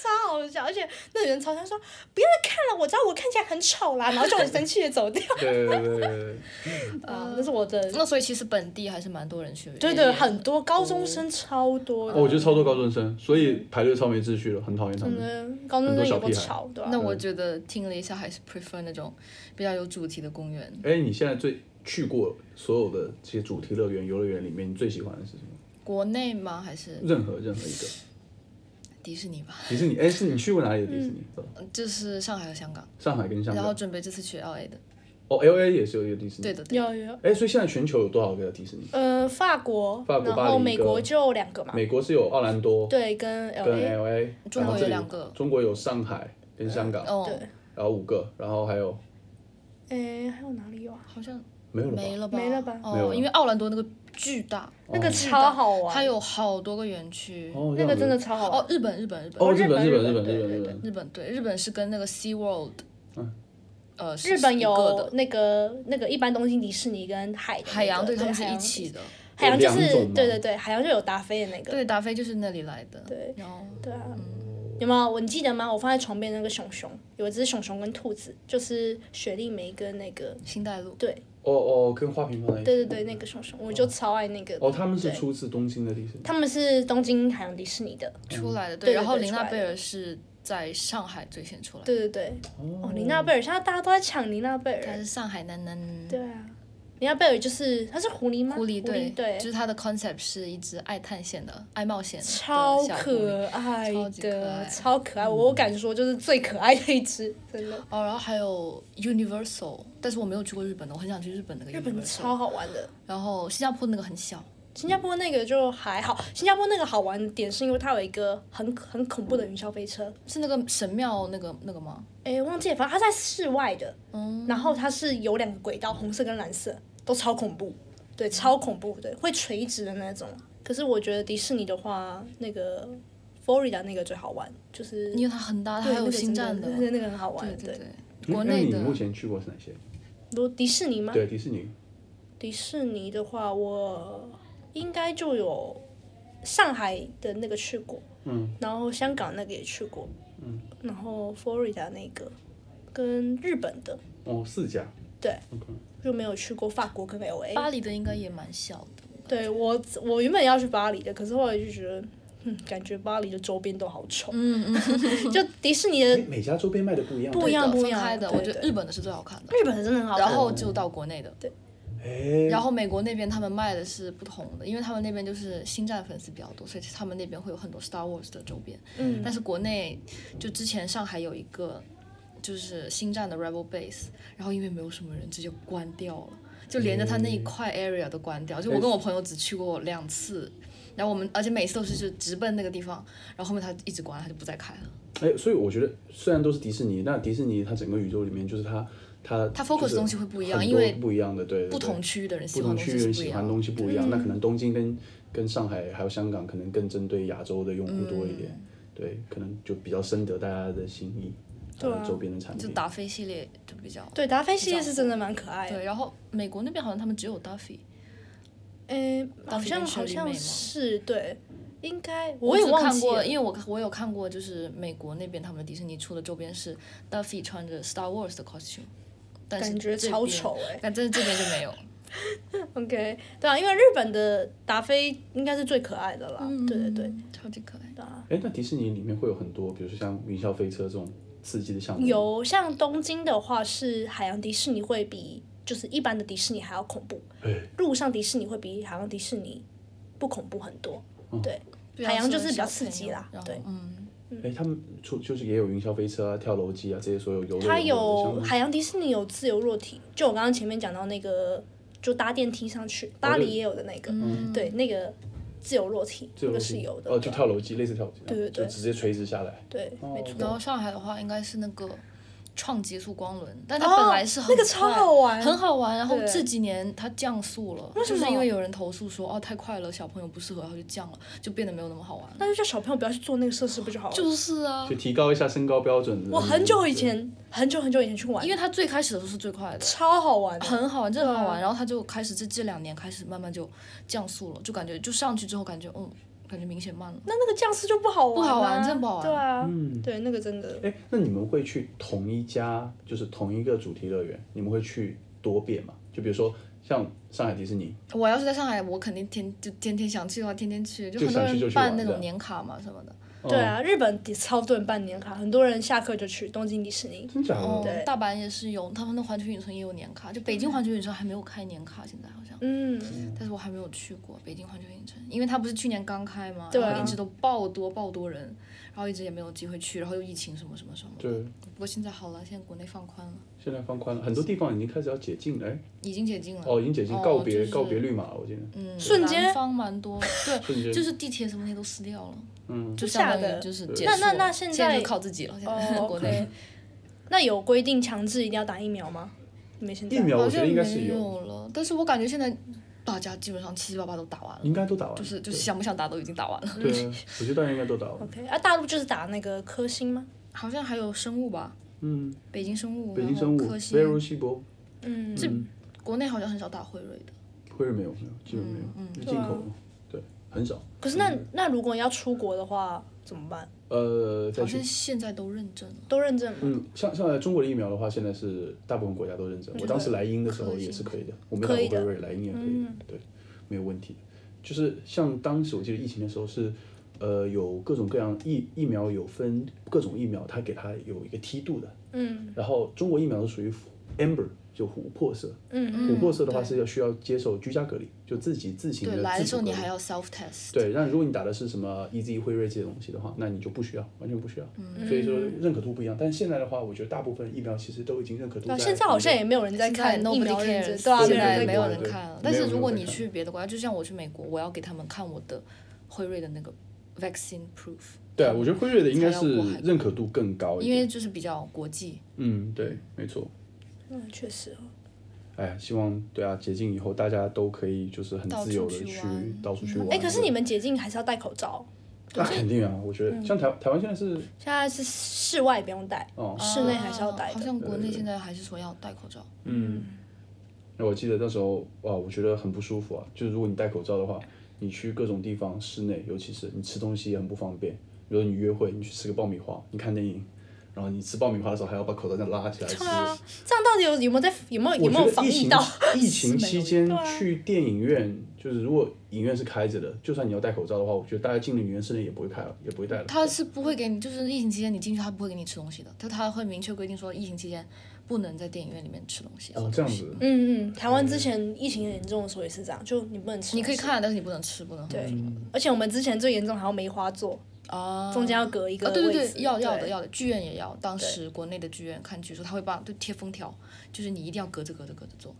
Speaker 2: 超好笑，而且那人嘲笑说不要再看了，我知道我看起来很丑啦，然后就很生气的走掉。
Speaker 1: 对对对对对，
Speaker 2: 啊，这是我的，
Speaker 3: 那所以其实本地还是蛮多人去，
Speaker 2: 对对，很多高中生超多
Speaker 1: 嗯哦，我
Speaker 2: 的，
Speaker 1: 觉得超多高中生，所以排队超没秩序了，很讨厌他们。
Speaker 2: 嗯，高中生有够吵，对吧
Speaker 3: 那？
Speaker 1: 嗯
Speaker 3: 我觉得听了一下，还是 prefer 那种比较有主题的公园。
Speaker 1: 哎，你现在最去过所有的这些主题乐园、游乐园里面，你最喜欢的是什么？
Speaker 3: 国内吗？还是
Speaker 1: 任何任何一个
Speaker 3: 迪士尼吧？
Speaker 1: 迪士尼？哎，是你去过哪里的迪士尼？哦
Speaker 3: 就是上海和香港，
Speaker 1: 上海跟香
Speaker 3: 嗯然后
Speaker 1: 港。
Speaker 3: 准备这次去 LA 的。
Speaker 1: 哦，L A 也是有一个迪士尼。
Speaker 3: 对的，对的。
Speaker 2: 有有，
Speaker 1: 哎，所以现在全球有多少个迪士尼？
Speaker 2: 呃，法国，
Speaker 1: 法国
Speaker 2: 然
Speaker 1: 巴黎一
Speaker 2: 后
Speaker 1: 个
Speaker 2: 美国就两个嘛，
Speaker 1: 美国是有奥兰多
Speaker 2: 对，跟
Speaker 1: 跟
Speaker 2: LA，
Speaker 1: L A，
Speaker 3: 中国有两个
Speaker 1: 中国有上海跟香港，
Speaker 3: 哦，
Speaker 2: 对，
Speaker 1: 然后五个，然后还有
Speaker 2: 诶，还有哪里有啊？
Speaker 3: 好像
Speaker 1: 没有了吧？
Speaker 3: 没了吧？
Speaker 2: 没了吧
Speaker 1: 没有
Speaker 3: 哦，
Speaker 1: 了
Speaker 3: 因为奥兰多那个巨大，
Speaker 2: 那个超好玩，
Speaker 3: 它有好多个园区。
Speaker 1: 哦，这样
Speaker 2: 那个
Speaker 1: 子
Speaker 2: 真的超好玩
Speaker 3: 哦，，日本，日本，日本。
Speaker 1: 哦，
Speaker 2: 日
Speaker 1: 日本
Speaker 2: 本
Speaker 1: 本
Speaker 2: 日
Speaker 1: 日
Speaker 2: 本
Speaker 1: 本日
Speaker 2: 对
Speaker 1: 本
Speaker 2: 对
Speaker 1: 日本，
Speaker 3: 日本对，日本是跟那个 Sea World，
Speaker 1: 嗯
Speaker 3: 呃，是
Speaker 2: 日本
Speaker 3: 一个
Speaker 2: 有
Speaker 3: 的
Speaker 2: 那个那个一般东京迪士尼跟海的那个
Speaker 3: 海洋，对，他们是
Speaker 2: 海
Speaker 3: 一
Speaker 2: 洋
Speaker 3: 起的。
Speaker 2: 海洋就是
Speaker 1: 有两种吗
Speaker 2: 对对对，海洋就有达菲的那个，
Speaker 3: 对，达菲就是那里来的。
Speaker 2: 对
Speaker 3: 然后
Speaker 2: 对啊，有没有？我你记得吗？我放在床边那个熊熊，有一只熊熊跟兔子，就是雪莉梅跟那个，
Speaker 1: 嗯
Speaker 3: 新大陆，
Speaker 2: 对
Speaker 1: 哦哦，跟花瓶放在一起。
Speaker 2: 对对对，那个熊熊，我就超爱那个。
Speaker 1: 哦，他们是
Speaker 2: 对
Speaker 1: 出自东京的迪士尼。
Speaker 2: 他们是东京海洋迪士尼的，
Speaker 1: 嗯
Speaker 3: 出来的，
Speaker 2: 对对
Speaker 3: 然后
Speaker 2: 对
Speaker 3: 琳
Speaker 2: 出
Speaker 3: 娜
Speaker 2: 来
Speaker 3: 贝
Speaker 2: 的
Speaker 3: 尔是在上海最先出来的，
Speaker 2: 对对对。哦，林娜贝尔，现在大家都在抢林娜贝
Speaker 3: 她
Speaker 2: 尔。
Speaker 3: 是上海男男
Speaker 2: 对啊，林娜贝尔就是她是狐狸吗？
Speaker 3: 狐狸，对，
Speaker 2: 对
Speaker 3: 就，是它的 concept 是一只爱探险的、爱冒险的
Speaker 2: 超
Speaker 3: 小狐狸。
Speaker 2: 可爱
Speaker 3: 超级可爱
Speaker 2: 的，超可爱，我敢说就是最可爱的一只，真的。
Speaker 3: 哦，然后还有 Universal，但是我没有去过日本的，我很想去日本那个 Universal。
Speaker 2: 日本的超好玩的，
Speaker 3: 然后新加坡那个很小，
Speaker 2: 新加坡那个就还好，新加坡那个好玩的点是因为它有一个很很恐怖的云霄飞车，
Speaker 3: 是那个神庙那个那个吗？
Speaker 2: 哎，忘记了，反正它在室外的，
Speaker 3: 嗯，
Speaker 2: 然后它是有两个轨道，红色跟蓝色，都超恐怖，对，超恐怖，对，会垂直的那种。可是我觉得迪士尼的话，那个 Florida 那个最好玩，就是
Speaker 3: 因为它很大，它
Speaker 2: 对那
Speaker 3: 还有
Speaker 2: 个
Speaker 3: 星
Speaker 2: 真
Speaker 3: 战
Speaker 2: 的 [LAUGHS]
Speaker 3: 的。
Speaker 2: 对那个很好玩，
Speaker 3: 对
Speaker 2: 对。
Speaker 3: 对，
Speaker 1: 嗯
Speaker 3: 国
Speaker 1: 那
Speaker 3: 内
Speaker 1: 你
Speaker 3: 的
Speaker 1: 目前去过是哪些？
Speaker 2: 如果迪士尼吗？
Speaker 1: 对，迪士尼。
Speaker 2: 迪士尼的话，我应该就有上海的那个去过，
Speaker 1: 嗯，
Speaker 2: 然后香港那个也去过，嗯，然后 Florida 那个跟日本的
Speaker 1: 哦，四家。
Speaker 2: 对
Speaker 1: OK。
Speaker 2: 就没有去过法国跟 LA。
Speaker 3: 巴黎的应该也蛮小的。
Speaker 2: 对我，我原本要去巴黎的，可是后来就觉得，嗯，感觉巴黎的周边都好丑，
Speaker 3: 嗯 [LAUGHS] 嗯，
Speaker 2: 就迪士
Speaker 3: 呃
Speaker 2: 尼的
Speaker 1: 哎每家周边卖的不一样。
Speaker 2: 不一样
Speaker 3: 对的
Speaker 2: 不一样
Speaker 3: 分开的，
Speaker 2: 对
Speaker 3: 我觉得
Speaker 2: 对
Speaker 3: 日本的是最好看的。
Speaker 2: 日本的真的很好看，
Speaker 3: 然后就到国内的，
Speaker 1: 哎。
Speaker 3: 然后美国那边他们卖的是不同的，因为他们那边就是星战粉丝比较多，所以他们那边会有很多 Star Wars 的周边。
Speaker 2: 嗯
Speaker 3: 但是国内就之前上海有一个就是星战的 Rebel Base，然后因为没有什么人，直接关掉了，就连着他那一
Speaker 1: 嗯
Speaker 3: 块 area 都关掉。
Speaker 1: 哎
Speaker 3: 就我跟我朋友只去过两次，然后我们而且每次都是就直奔那个地方，然后后面他一直关了，他就不再开了。
Speaker 1: 哎，所以我觉得虽然都是迪士尼，那迪士尼它整个宇宙里面就是它它
Speaker 3: 它 focus
Speaker 1: 就是
Speaker 3: 东西会不一样
Speaker 1: 很
Speaker 3: 因为
Speaker 1: 多不一样的对对对
Speaker 3: 不同区域的人喜
Speaker 1: 不
Speaker 3: 欢
Speaker 1: 同区
Speaker 3: 的东西
Speaker 1: 域
Speaker 3: 是不一
Speaker 1: 喜
Speaker 3: 样
Speaker 1: 欢
Speaker 3: 的。嗯
Speaker 1: 东西不一样，那可能东京跟跟上海还有香港可能更针对亚洲的用户多一点，
Speaker 3: 嗯
Speaker 1: 对，可能就比较深得大家的心意，
Speaker 2: 对啊
Speaker 1: 呃周边的产
Speaker 3: 就
Speaker 1: 品。
Speaker 3: 达菲系列就比较
Speaker 2: 对达菲系列是真的蛮可爱的，
Speaker 3: 对，然后美国那边好像他们只有 Duffy，
Speaker 2: 嗯，
Speaker 3: 达
Speaker 2: 好
Speaker 3: 菲
Speaker 2: 像
Speaker 3: 跟
Speaker 2: 好
Speaker 3: Shirley 妹
Speaker 2: 像
Speaker 3: 吗
Speaker 2: 是对，应该
Speaker 3: 我
Speaker 2: 也
Speaker 3: 只
Speaker 2: 忘
Speaker 3: 看
Speaker 2: 记
Speaker 3: 过，
Speaker 2: 了，
Speaker 3: 因为我我有看过，就是美国那边他们迪士尼出的周边是 Duffy 穿着 Star Wars 的 costume，但是
Speaker 2: 感觉
Speaker 3: 这
Speaker 2: 超
Speaker 3: 边
Speaker 2: 丑哎、
Speaker 3: 但真的这边就没有。
Speaker 2: OK，对啊，因为日本的达菲应该是最可爱的啦，
Speaker 3: 嗯
Speaker 2: 对对对，，
Speaker 3: 超级可爱。
Speaker 2: 对啊。
Speaker 1: 哎，那迪士尼里面会有很多，比如说像云霄飞车这种刺激的项目。。
Speaker 2: 有像东京的话，是海洋迪士尼会比就是一般的迪士尼还要恐怖，
Speaker 1: 哎，
Speaker 2: 路上迪士尼会比海洋迪士尼不恐怖很多。
Speaker 3: 对
Speaker 2: 海洋
Speaker 3: 适合
Speaker 2: 就是比较
Speaker 3: 小
Speaker 2: 刺
Speaker 3: 朋
Speaker 2: 激
Speaker 3: 友
Speaker 2: 啦
Speaker 3: 然后
Speaker 2: 对
Speaker 3: 嗯，
Speaker 1: 哎，他们出就是也有云霄飞车啊、跳楼机啊这些所有游乐
Speaker 2: 它
Speaker 1: 园会的项
Speaker 2: 有
Speaker 1: 目。
Speaker 2: 海洋迪士尼有自由落体，就我刚刚前面讲到那个，就搭电梯上去，巴黎也有的那个，
Speaker 3: 嗯
Speaker 2: 对，那个自由落体，
Speaker 1: 自由落
Speaker 2: 那个
Speaker 1: 体
Speaker 2: 是有的。
Speaker 1: 哦，就跳楼机，类似跳楼机，
Speaker 2: 对对对
Speaker 1: 就直接垂直下来。
Speaker 2: 对，没错。
Speaker 3: 然后上海的话应该是那个。创极速光轮，但它本来是
Speaker 2: 哦
Speaker 3: 很
Speaker 2: 那个超
Speaker 3: 快
Speaker 2: 好玩
Speaker 3: 很好玩。然后
Speaker 2: 对
Speaker 3: 这几年它降速了，
Speaker 2: 为什
Speaker 3: 就是因
Speaker 2: 么
Speaker 3: 为有人投诉说哦太快了，小朋友不适合，然后就降了，就变得没有那么好玩了。
Speaker 2: 那就叫小朋友不要去做那个设施不就好了？
Speaker 3: 就是啊
Speaker 1: 就，提高一下身高标准。
Speaker 2: 我很久以前，很久很久以前去玩，
Speaker 3: 因为它最开始的时候是最快的，
Speaker 2: 超好玩的，
Speaker 3: 很好玩，真的很好玩。然后它就开始这这两年开始慢慢就降速了，就感觉就上去之后感觉嗯感觉明显慢了。
Speaker 2: 那那个酱丝就不好玩、啊，
Speaker 3: 不好玩真的不好玩
Speaker 2: 对啊，
Speaker 1: 嗯
Speaker 2: 对，那个真的
Speaker 1: 哎，那你们会去同一家，就是同一个主题乐园，你们会去多遍吗？就比如说像上海迪士尼，
Speaker 3: 我要是在上海，我肯定天就天天想去的话，天天去，就很多
Speaker 1: 想去就
Speaker 3: 人
Speaker 1: 去玩
Speaker 3: 办那
Speaker 1: 这
Speaker 3: 种
Speaker 1: 样
Speaker 3: 年卡嘛什么的。
Speaker 1: 哦
Speaker 2: 对啊，日本得超多人办年卡，很多人下课就去东京迪士尼。
Speaker 1: 真假的？
Speaker 3: 哦
Speaker 2: 对，
Speaker 3: 大阪也是有，他们的环球影城也有年卡，就北京环球影城还没有开年卡，现在好像，
Speaker 2: 嗯，
Speaker 3: 但是我还没有去过北京环球影城，因为它不是去年刚开嘛，
Speaker 2: 对啊
Speaker 3: 然后一直都爆多爆多人，然后一直也没有机会去，然后又疫情什么什么什么的。
Speaker 1: 对，
Speaker 3: 不过现在好了，现在国内放宽了，
Speaker 1: 现在放宽了，很多地方已经开始要解禁了。哎，
Speaker 3: 已经解禁了。
Speaker 1: 哦，已经解禁，
Speaker 3: 哦
Speaker 1: 告别
Speaker 3: 就是
Speaker 1: 告别绿码了，我记得。
Speaker 3: 嗯，
Speaker 2: 瞬间
Speaker 3: 南方蛮
Speaker 2: [LAUGHS]
Speaker 3: 多，
Speaker 1: 瞬
Speaker 3: 对，
Speaker 1: 间
Speaker 3: 就是地铁什么那些都撕掉了，
Speaker 1: 嗯，
Speaker 3: 就
Speaker 2: 真的假
Speaker 3: 相
Speaker 2: 的
Speaker 3: 当于就是结
Speaker 2: 那
Speaker 3: 束了。
Speaker 2: 那那现
Speaker 3: 现
Speaker 2: 在
Speaker 3: 就靠自己了，现在、
Speaker 2: 哦
Speaker 3: [LAUGHS] 国内
Speaker 2: ，OK。那有规定强制一定要打疫苗吗？你们现在
Speaker 1: 疫苗
Speaker 3: 好
Speaker 1: 我觉
Speaker 3: 像
Speaker 1: 得应该是
Speaker 3: 没
Speaker 1: 有，
Speaker 3: 有了，但是我感觉现在大家基本上七七八八都打完了，
Speaker 1: 应该都打完了。
Speaker 3: 就是就是
Speaker 1: 对
Speaker 3: 想不想打都已经打完了，
Speaker 1: 对，我觉得大家应该都打
Speaker 2: [LAUGHS]
Speaker 1: 完了。
Speaker 2: OK 啊，大陆就是打那个科兴吗？
Speaker 3: 好像还有生物吧，
Speaker 1: 嗯，
Speaker 3: 北京生物，
Speaker 1: 北京
Speaker 3: 然后
Speaker 1: 生物、
Speaker 3: 科
Speaker 1: v e r
Speaker 3: 兴，
Speaker 1: 西博，
Speaker 2: 嗯，
Speaker 3: 国内好像很少打辉瑞的，
Speaker 1: 辉瑞没有，没有，基本没有，
Speaker 3: 嗯
Speaker 1: 是进
Speaker 3: 啊
Speaker 1: 口的，对，很少。
Speaker 2: 可是
Speaker 1: 嗯
Speaker 2: 那那如果要出国的话怎么办？
Speaker 1: 呃，再
Speaker 3: 好
Speaker 1: 去
Speaker 3: 像现在都认证了，
Speaker 2: 都认证吗？
Speaker 1: 嗯，像像中国的疫苗的话，现在是大部分国家都认证。我当时来英的时候也是可以的，我没打过辉瑞，来英也可以的，
Speaker 3: 嗯
Speaker 1: 对，没有问题。就是像当时我记得疫情的时候是，呃，有各种各样疫疫苗有分各种疫苗，它给它有一个梯度的。
Speaker 2: 嗯
Speaker 1: 然后中国疫苗是属于 amber，就琥珀色。
Speaker 2: 嗯嗯
Speaker 1: 琥珀色的话
Speaker 3: 对
Speaker 1: 是要需要接受居家隔离，就自己自行的自主
Speaker 3: 对，来的时候
Speaker 1: 隔
Speaker 3: 你
Speaker 1: 离
Speaker 3: 还要 self test，
Speaker 1: 对，那如果你打的是什么 EZ 辉瑞这些东西的话，那你就不需要，完全不需要。
Speaker 2: 嗯，
Speaker 1: 所以说认可度不一样，但是现在的话，我觉得大部分疫苗其实都已经认可度在
Speaker 2: 那
Speaker 1: 5%。
Speaker 2: 啊现在好像也没有人在
Speaker 3: 现在
Speaker 2: 看疫
Speaker 3: nobody
Speaker 2: 苗认证，
Speaker 3: cares，
Speaker 2: 对啊，
Speaker 1: 对
Speaker 3: 现
Speaker 1: 对
Speaker 3: 在
Speaker 1: 对
Speaker 3: 没
Speaker 1: 有
Speaker 3: 有
Speaker 1: 对
Speaker 3: 人
Speaker 1: 对
Speaker 3: 看了，
Speaker 1: 没
Speaker 3: 但
Speaker 1: 有
Speaker 3: 是
Speaker 1: 人
Speaker 3: 如果
Speaker 1: 在
Speaker 3: 你
Speaker 1: 看
Speaker 3: 去别的国家，就像我去美国，我要给他们看我的辉瑞的那个 vaccine proof，
Speaker 1: 对啊，我觉得辉瑞的应该
Speaker 3: 材
Speaker 1: 是
Speaker 3: 料过海
Speaker 1: 认可度更高一
Speaker 3: 因
Speaker 1: 点。
Speaker 3: 为就是比较国际，
Speaker 1: 嗯，对，没错。
Speaker 2: 嗯，确实哦，
Speaker 1: 哎呀，希望对啊，解禁以后大家都可以就是很
Speaker 3: 到
Speaker 1: 自
Speaker 3: 处
Speaker 1: 由的
Speaker 3: 去
Speaker 1: 去
Speaker 3: 玩
Speaker 1: 到处去玩。
Speaker 2: 哎，可是
Speaker 1: 对
Speaker 2: 你们嗯解禁还是要戴口罩，
Speaker 1: 那肯定啊，我觉得像台台湾现在是
Speaker 2: 现在是室外不用戴，
Speaker 1: 哦，
Speaker 2: 室内还是要
Speaker 3: 啊
Speaker 2: 戴
Speaker 3: 好
Speaker 2: 的。
Speaker 3: 像国内现在还是说要戴口罩，
Speaker 1: 嗯，那我记得那时候哇，我觉得很不舒服啊，就是如果你戴口罩的话，你去各种地方室内，尤其是你吃东西也很不方便。比如说你约会，你去吃个爆米花，你看电影，然后你吃爆米花的时候还要把口罩这样拉起来吃。
Speaker 2: 对啊，这样到底有有没有在有没有有没有
Speaker 1: 我觉
Speaker 2: 防
Speaker 1: 得疫
Speaker 2: 疫
Speaker 1: 情
Speaker 2: 到？
Speaker 1: 疫情期间
Speaker 2: 对啊
Speaker 1: 去电影院，就是如果影院是开着的，就算你要戴口罩的话，我觉得大家进了影院室内也不会开了，也不会戴了。
Speaker 3: 他是不会给你，就是疫情期间你进去，他不会给你吃东西的，他他会明确规定说，疫情期间不能在电影院里面吃东西。
Speaker 1: 哦，这样子，
Speaker 2: 嗯嗯，台湾之前疫情很严重的时候也是这样，就你不能吃，
Speaker 3: 你可以，看，但是你不能吃，不能喝。
Speaker 2: 对，
Speaker 1: 嗯
Speaker 2: 而且我们之前最严重还要梅花座，
Speaker 3: 啊，
Speaker 2: 中间要隔一个
Speaker 3: 啊，对
Speaker 2: 位
Speaker 3: 对
Speaker 2: 置，
Speaker 3: 对，要要的要的，剧院也要。当时国内的剧院看剧的时候，他会帮就贴封条，就是你一定要隔着隔着隔着坐，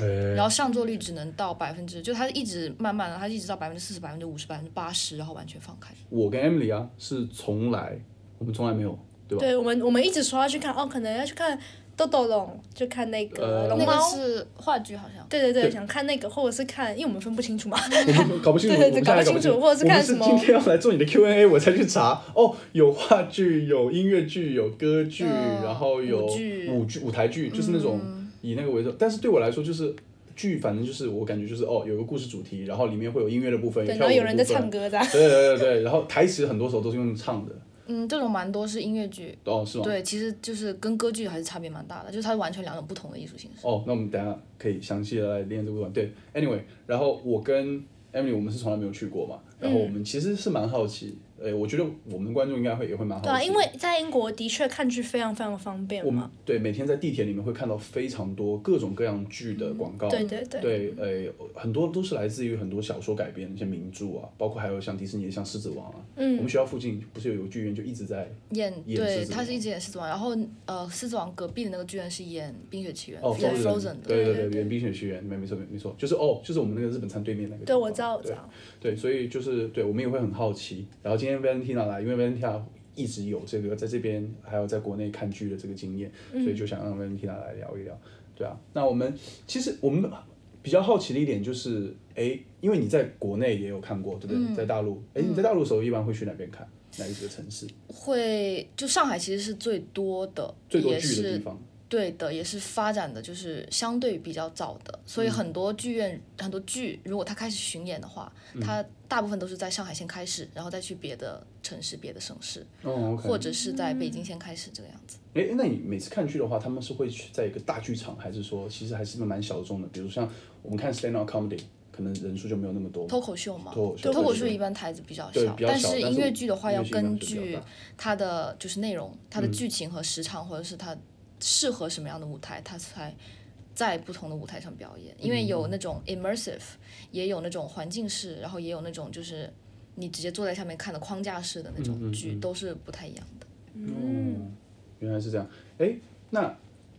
Speaker 3: 然
Speaker 1: 哎，
Speaker 3: 后上座率只能到百分之，就它一直慢慢的，它一直到百分之四十、百分之五十、百分之八十，然后完全放开。
Speaker 1: 我跟 Emily 啊，是从来我们从来没有，对吧？
Speaker 2: 对我们，我们一直说要去看哦，可能要去看豆豆龙，就看那个
Speaker 1: 呃
Speaker 2: 龙
Speaker 3: 那
Speaker 2: 猫。
Speaker 3: 个是话剧好像。
Speaker 2: 对对对，
Speaker 1: 对
Speaker 2: 想看那个，或者是看，因为我们分不清楚嘛。
Speaker 1: 我 [LAUGHS] 们搞不清楚，我
Speaker 2: 对对
Speaker 1: 们现
Speaker 2: 搞不
Speaker 1: 在
Speaker 2: 清
Speaker 1: 不
Speaker 2: 楚
Speaker 1: 清
Speaker 2: 或者是
Speaker 1: 我
Speaker 2: 看
Speaker 1: 们
Speaker 2: 什
Speaker 1: 是
Speaker 2: 么
Speaker 1: 今天要来做你的 Q&A，我才去查。哦，有话剧，有音乐剧，有歌剧，
Speaker 3: 嗯
Speaker 1: 然后有
Speaker 3: 舞剧
Speaker 1: 舞剧、舞台剧，就是那种
Speaker 2: 嗯
Speaker 1: 以那个为主。但是对我来说，就是剧，反正就是我感觉就是哦，有个故事主题，然后里面会有音乐的部分，
Speaker 2: 对，
Speaker 1: 跳舞
Speaker 2: 然后
Speaker 1: 的
Speaker 2: 有人在
Speaker 1: 部分
Speaker 2: 唱歌啊的。
Speaker 1: 对对对对，然后台词很多时候都是用唱的，
Speaker 3: 嗯，这种蛮多是音乐剧。
Speaker 1: 哦，是吗？。
Speaker 3: 对，其实就是跟歌剧还是差别蛮大的，就是它完全两种不同的艺术形式。
Speaker 1: 哦，那我们等一下可以详细的来练这个部分。对，anyway，然后我跟 Emily 我们是从来没有去过嘛，然后我们其实是蛮好奇，呃，我觉得我们的观众应该会也会蛮好奇，
Speaker 2: 对啊，因为在英国的确看剧非常非常方便
Speaker 1: 我们
Speaker 2: 嘛。
Speaker 1: 对每天在地铁里面会看到非常多各种各样剧的广告，
Speaker 2: 对对对
Speaker 1: 对，呃，很多都是来自于很多小说改编的一些名著啊，包括还有像迪士尼的像《狮子王》啊，
Speaker 2: 嗯
Speaker 1: 我们学校附近不是有个剧院就一直在
Speaker 3: 演
Speaker 1: 演
Speaker 3: 对，
Speaker 1: 狮子
Speaker 3: 它是
Speaker 1: 王
Speaker 3: 一直演狮子王，然后呃，狮子王隔壁的那个剧院是演《冰雪奇缘》
Speaker 1: 哦
Speaker 3: 演
Speaker 1: Frozen，
Speaker 3: Frozen 的。
Speaker 1: 对
Speaker 2: 对
Speaker 1: 对
Speaker 2: 对，
Speaker 1: 原冰雪奇缘，没没错没没错，就是哦，就是我们那个日本餐对面那个地
Speaker 2: 对，
Speaker 1: 方。
Speaker 2: 我知道，我知
Speaker 1: 对
Speaker 2: 道。
Speaker 1: 对，所以就是对我们也会很好奇。然后今天 Valentina 来，因为 Valentina 一直有这个在这边还有在国内看剧的这个经验，
Speaker 3: 嗯
Speaker 1: 所以就想让 Valentina 来聊一聊。对啊，那我们其实我们比较好奇的一点就是，哎，因为你在国内也有看过，对不
Speaker 3: 嗯
Speaker 1: 对？在大陆，哎，你在大陆的时候一般会去哪边看？哪一个城市
Speaker 3: 会就上海其实是最多的，
Speaker 1: 最多
Speaker 3: 也
Speaker 1: 剧的地
Speaker 3: 是
Speaker 1: 方？
Speaker 3: 对的，也是发展的就是相对比较早的，所以很多剧院、很多剧，如果它开始巡演的话，它大部分都是在上海先开始，然后再去别的城市、别的省市，
Speaker 1: 哦，OK，
Speaker 3: 或者是在北京先开始这个样子。
Speaker 1: 哎，那你每次看剧的话，他们是会去在一个大剧场，还是说其实还是蛮小众的？比如像我们看 stand up comedy，可能人数就没有那么多嘛。
Speaker 3: 脱口秀嘛，
Speaker 1: 脱口秀
Speaker 3: 脱口
Speaker 1: 对
Speaker 3: 秀
Speaker 1: 对
Speaker 3: 一般台子比较
Speaker 1: 对
Speaker 3: 小，
Speaker 1: 比较小
Speaker 3: 是
Speaker 1: 但
Speaker 3: 音
Speaker 1: 是
Speaker 3: 乐剧的话
Speaker 1: 音乐
Speaker 3: 要
Speaker 1: 剧应该
Speaker 3: 根
Speaker 1: 是比较
Speaker 3: 据
Speaker 1: 大嗯
Speaker 3: 它的就是内容、它的剧情和时长，或者是它适合什么样的舞台，它才在不同的舞台上表演。因
Speaker 1: 嗯
Speaker 3: 为有那种 immersive，也有那种环境式，然后也有那种就是你直接坐在下面看的框架式的那种剧，都是不太一样的。
Speaker 1: 嗯，原来是这样。哎，那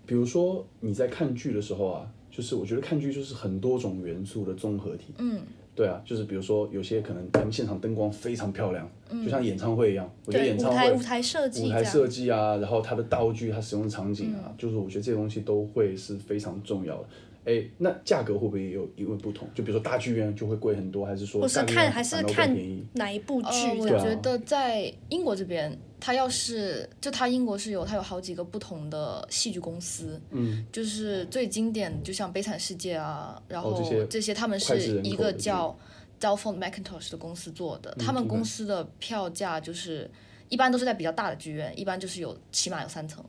Speaker 1: 比如说你在看剧的时候啊，就是我觉得看剧就是很多种元素的综合体。
Speaker 3: 嗯，
Speaker 1: 对啊，就是比如说有些可能他们现场灯光非常漂亮，就像演唱会一样。我觉得演
Speaker 2: 嗯对，舞
Speaker 1: 唱
Speaker 2: 台
Speaker 1: 会
Speaker 2: 舞台设计
Speaker 1: 舞
Speaker 2: 这
Speaker 1: 台
Speaker 2: 样嗯
Speaker 1: 设。计啊，然后它的道具、它使用的场景啊，就是我觉得这些东西都会是非常重要的。哎，那价格会不会也有因为不同？就比如说大剧院就会贵很多，还是说
Speaker 2: 或是
Speaker 1: 大剧
Speaker 2: 看
Speaker 1: 院
Speaker 2: 还是
Speaker 1: 反而会
Speaker 2: 看
Speaker 1: 便宜？
Speaker 2: 哪一部剧
Speaker 3: 呃，我
Speaker 2: 这样？
Speaker 3: 觉得在英国这边，它要是就它英国是有它有好几个不同的戏剧公司，
Speaker 1: 嗯，
Speaker 3: 就是最经典，就像《悲惨世界》啊，然
Speaker 1: 哦
Speaker 3: 后
Speaker 1: 这些
Speaker 3: 他们
Speaker 1: 脍炙
Speaker 3: 是
Speaker 1: 人
Speaker 3: 一
Speaker 1: 口
Speaker 3: 个
Speaker 1: 的这嗯
Speaker 3: 叫 d e l p h o n Macintosh 的公司做的，他们
Speaker 1: 明
Speaker 3: 公
Speaker 1: 白
Speaker 3: 司的票价就是一般都是在比较大的剧院，一般就是有起码有三层，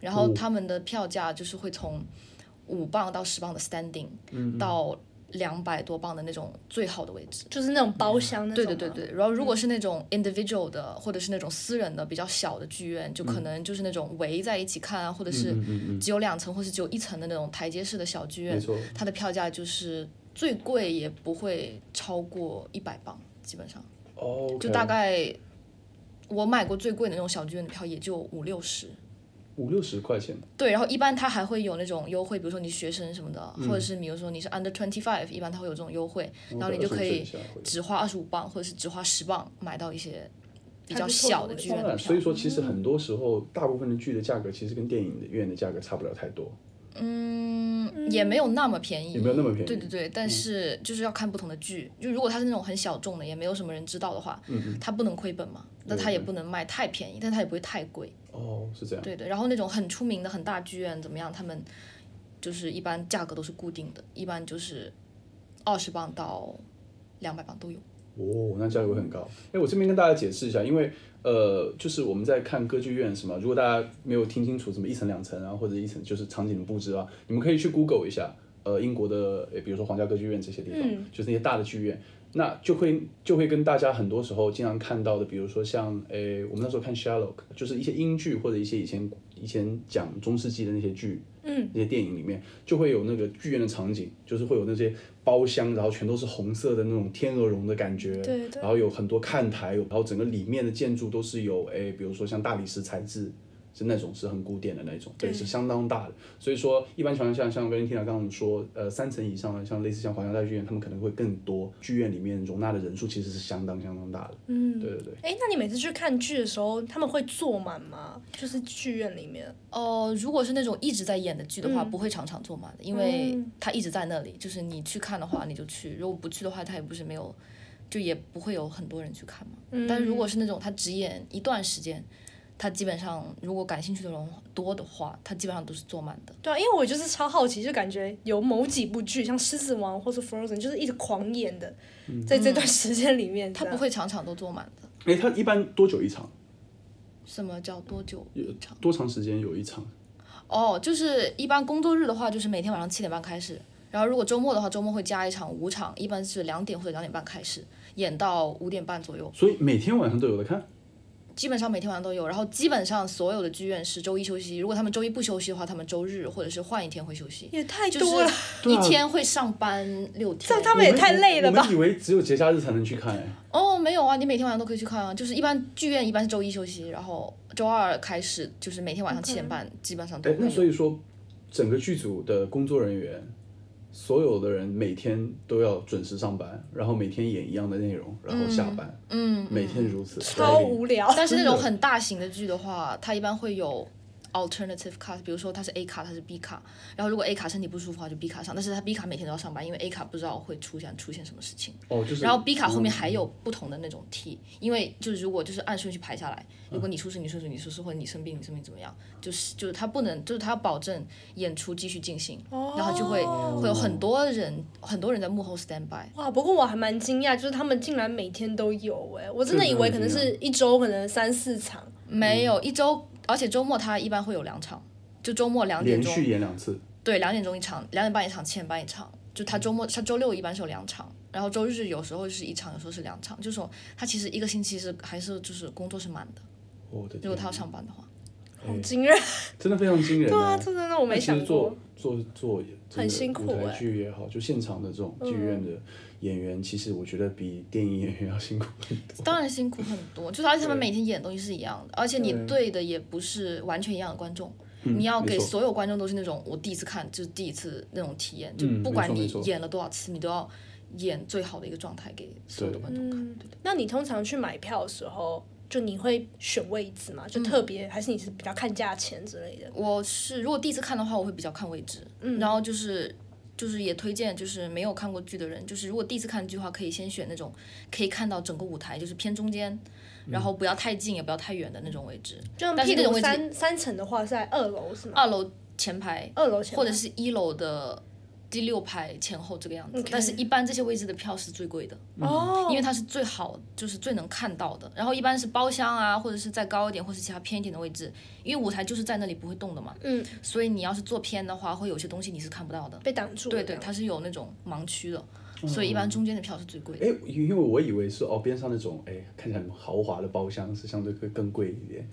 Speaker 3: 然后
Speaker 1: 哦
Speaker 3: 他们的票价就是会从五磅到十磅的 standing，、到
Speaker 1: 嗯
Speaker 3: 两百多磅的那种最好的位置。
Speaker 2: 就是那种
Speaker 1: 嗯
Speaker 2: 包厢那种
Speaker 3: 对
Speaker 2: 吗。嗯
Speaker 3: 对对对，然后如果是那种 individual 的，或者是那种私人的比较小的剧院，就
Speaker 2: 嗯
Speaker 3: 可能就是那种围在一起看啊，或者
Speaker 1: 嗯
Speaker 3: 是只有两层或是只有一层的那种台阶式的小剧
Speaker 1: 没
Speaker 3: 院，
Speaker 1: 错，
Speaker 3: 它的票价就是最贵也不会超过一百磅，基本上
Speaker 1: 哦，
Speaker 3: 就大概我买过最贵的那种小剧院的票也就五六十。
Speaker 1: 五六十块钱。
Speaker 3: 对，然后一般它还会有那种优惠，比如说你学生什么的，
Speaker 2: 嗯
Speaker 3: 或者是比如说你是 under twenty five，一般它会有这种优惠，
Speaker 1: 嗯
Speaker 3: 然后你就可以只花二十五磅或者是只花十磅买到一些比较小的剧
Speaker 2: 还
Speaker 3: 院
Speaker 1: 当然，
Speaker 3: 的票
Speaker 1: 所以。说其实很多时候，大部分的剧的价格其实跟电影的院的价格差不了太多，
Speaker 3: 嗯，也没有那么便宜，
Speaker 1: 也没有那么便宜嗯
Speaker 3: 对对对，但是就是要看不同的剧，就如果它是那种很小众的，也没有什么人知道的话，
Speaker 1: 嗯
Speaker 3: 它不能亏本嘛，那它也不能卖太便宜，但它也不会太贵。
Speaker 1: 哦，是这样。
Speaker 3: 对对，然后那种很出名的很大剧院怎么样？他们就是一般价格都是固定的，一般就是二十磅到两百磅都有。
Speaker 1: 哦，那价格会很高。哎，我这边跟大家解释一下，因为呃，就是我们在看歌剧院什么，如果大家没有听清楚什么一层两层啊，或者一层就是场景的布置啊，你们可以去 Google 一下，呃，英国的，诶比如说皇家歌剧院这些地方，就是那些大的剧院，那就会就会跟大家很多时候经常看到的，比如说像诶，我们那时候看 Sherlock，就是一些英剧或者一些以前以前讲中世纪的那些剧，嗯，那些电影里面就会有那个剧院的场景，就是会有那些包厢，然后全都是红色的那种天鹅绒的感觉，
Speaker 2: 对对
Speaker 1: 然后有很多看台，然后整个里面的建筑都是有诶，比如说像大理石材质。是那种是很古典的那种，对，是相当大的。所以说，一般情况下，像 Valentina 刚刚我们说，呃，三层以上的，像类似像皇家大剧院，他们可能会更多。剧院里面容纳的人数其实是相当相当大的。嗯，对对对。
Speaker 2: 哎，那你每次去看剧的时候，他们会坐满吗？就是剧院里面，
Speaker 3: 呃，如果是那种一直在演的剧的话，不会常常坐满的，因为
Speaker 2: 嗯
Speaker 3: 它一直在那里。就是你去看的话，你就去；如果不去的话，它也不是没有，就也不会有很多人去看嘛。但是
Speaker 2: 嗯
Speaker 3: 如果是那种它只演一段时间，它基本上如果感兴趣的人多的话，它基本上都是坐满的。
Speaker 2: 对啊，因为我就是超好奇，就感觉有某几部剧，像《狮子王》或是《Frozen》，就是一直狂演的，
Speaker 1: 嗯
Speaker 2: 在
Speaker 3: 嗯
Speaker 2: 这段时间里面，啊
Speaker 3: 它
Speaker 2: 这样
Speaker 3: 不会场场都坐满的。
Speaker 1: 哎，它一般多久一场？
Speaker 3: 什么叫多久一场？
Speaker 1: 多长时间有一场？
Speaker 3: 哦，就是一般工作日的话，就是每天晚上七点半开始，然后如果周末的话，周末会加一场五场，一般是两点或者两点半开始，演到五点半左右，
Speaker 1: 所以每天晚上都有的看。
Speaker 3: 基本上每天晚上都有。然后基本上所有的剧院是周一休息，如果他们周一不休息的话，他们周日或者是换一天会休息，
Speaker 2: 也太
Speaker 3: 就是
Speaker 2: 多了，
Speaker 3: 一
Speaker 1: 啊
Speaker 3: 天会上班六天。
Speaker 2: 这他们也太累了
Speaker 1: 我
Speaker 2: 吧
Speaker 1: 们？以为只有节假日才能去看，哎，
Speaker 3: 哦，没有啊，你每天晚上都可以去看啊。就是一般剧院一般是周一休息，然后周二开始，就是每天晚上七点半基本上都
Speaker 1: 哎
Speaker 3: 会，
Speaker 1: 那
Speaker 3: 有。
Speaker 1: 所以说，整个剧组的工作人员，所有的人每天都要准时上班，然后每天演一样的内容，然后下班，嗯，每天如此，
Speaker 2: 超无聊。
Speaker 3: 但是那种
Speaker 1: 真的
Speaker 3: 很大型的剧的话，它一般会有 alternative card，比如说他是 A 卡，他是 B 卡，然后如果 A 卡身体不舒服的话就 B 卡上，但是他 B 卡每天都要上班，因为 A 卡不知道会出现出现什么事情。
Speaker 1: 哦，就是
Speaker 3: 然后 B 卡后面还有不同的那种 T，因为就是如果就是按顺序排下来，如
Speaker 1: 嗯
Speaker 3: 果你出事你出事你出事，或者你生病你生病怎么样，就是就是他不能就是他要保证演出继续进行，然后就会会有很多人很多人在幕后 stand by。
Speaker 2: 哇，不过我还蛮惊讶，就是他们竟然每天都有哎、我真的
Speaker 1: 这
Speaker 2: 以
Speaker 1: 个
Speaker 2: 为
Speaker 1: 真的
Speaker 2: 可能
Speaker 1: 不一样
Speaker 2: 是一周可能三四场，
Speaker 3: 没有一周，而且周末他一般会有两场，就周末两点
Speaker 1: 连
Speaker 3: 钟，
Speaker 1: 续演两次，
Speaker 3: 对，两点钟一场，两点半一场，七点半一场。就他周末，他周六一般是有两场，然后周日有时候是一场，有时候是两场。就是说他其实一个星期是还是就是工作是满的，
Speaker 1: 我的天，
Speaker 3: 如果他要上班的话。
Speaker 2: 好惊人！
Speaker 1: 哎真的非常惊人、
Speaker 2: 对啊，
Speaker 1: 啊。
Speaker 2: 这真的我没
Speaker 1: 那其
Speaker 2: 想
Speaker 1: 实
Speaker 2: 过
Speaker 1: 做。做做这
Speaker 2: 很
Speaker 1: 个
Speaker 2: 辛苦
Speaker 1: 舞台
Speaker 2: 欸
Speaker 1: 剧也好，就现场的这种剧院的演员，其实我觉得比电影演员要辛苦 [LAUGHS] 很多。
Speaker 3: 当然辛苦很多，就是而且他们
Speaker 1: 对
Speaker 3: 每天演的东西是一样的，而且你
Speaker 1: 对
Speaker 3: 对的也不是完全一样的观众。
Speaker 1: 嗯
Speaker 3: 你要给
Speaker 1: 没错
Speaker 3: 所有观众都是那种我第一次看，就是第一次那种体验，就
Speaker 1: 嗯
Speaker 3: 不管
Speaker 1: 没错
Speaker 3: 你
Speaker 1: 没错
Speaker 3: 演了多少次，你都要演最好的一个状态给所有的
Speaker 1: 对
Speaker 3: 观众看。
Speaker 2: 嗯，那你通常去买票的时候，就你会选位置吗？就特别，还是你是比较看价钱之类的？
Speaker 3: 我是如果第一次看的话，我会比较看位置，
Speaker 1: 嗯
Speaker 2: 嗯
Speaker 3: 然后就是就是也推荐就是没有看过剧的人，就是如果第一次看剧的话，可以先选那种可以看到整个舞台，就是偏中间，
Speaker 1: 嗯
Speaker 3: 然后不要太近也不要太远的那种位置。
Speaker 2: 就像
Speaker 3: 但是
Speaker 2: 譬
Speaker 3: 那种
Speaker 2: 如
Speaker 3: 位置
Speaker 2: 三三层的话，是在二楼是吗？
Speaker 3: 二楼前排
Speaker 2: 二楼前
Speaker 3: 或
Speaker 2: 排
Speaker 3: 者是一楼的第六排前后这个样子。
Speaker 2: OK
Speaker 3: 但是一般这些位置的票是最贵的，
Speaker 2: 哦，
Speaker 3: 因为它是最好，就是最能看到的。然后一般是包厢啊，或者是再高一点，或是其他偏一点的位置，因为舞台就是在那里不会动的嘛。
Speaker 2: 嗯，
Speaker 3: 所以你要是坐偏的话，会有些东西你是看不到的。
Speaker 2: 被挡住了
Speaker 3: 对
Speaker 2: 这
Speaker 3: 对，
Speaker 2: 样。
Speaker 3: 它是有那种盲区的，
Speaker 1: 嗯
Speaker 3: 所以一般中间的票是最贵的。
Speaker 1: 哎，因为我以为是哦，边上那种哎看起来很豪华的包厢是相对会更贵一点，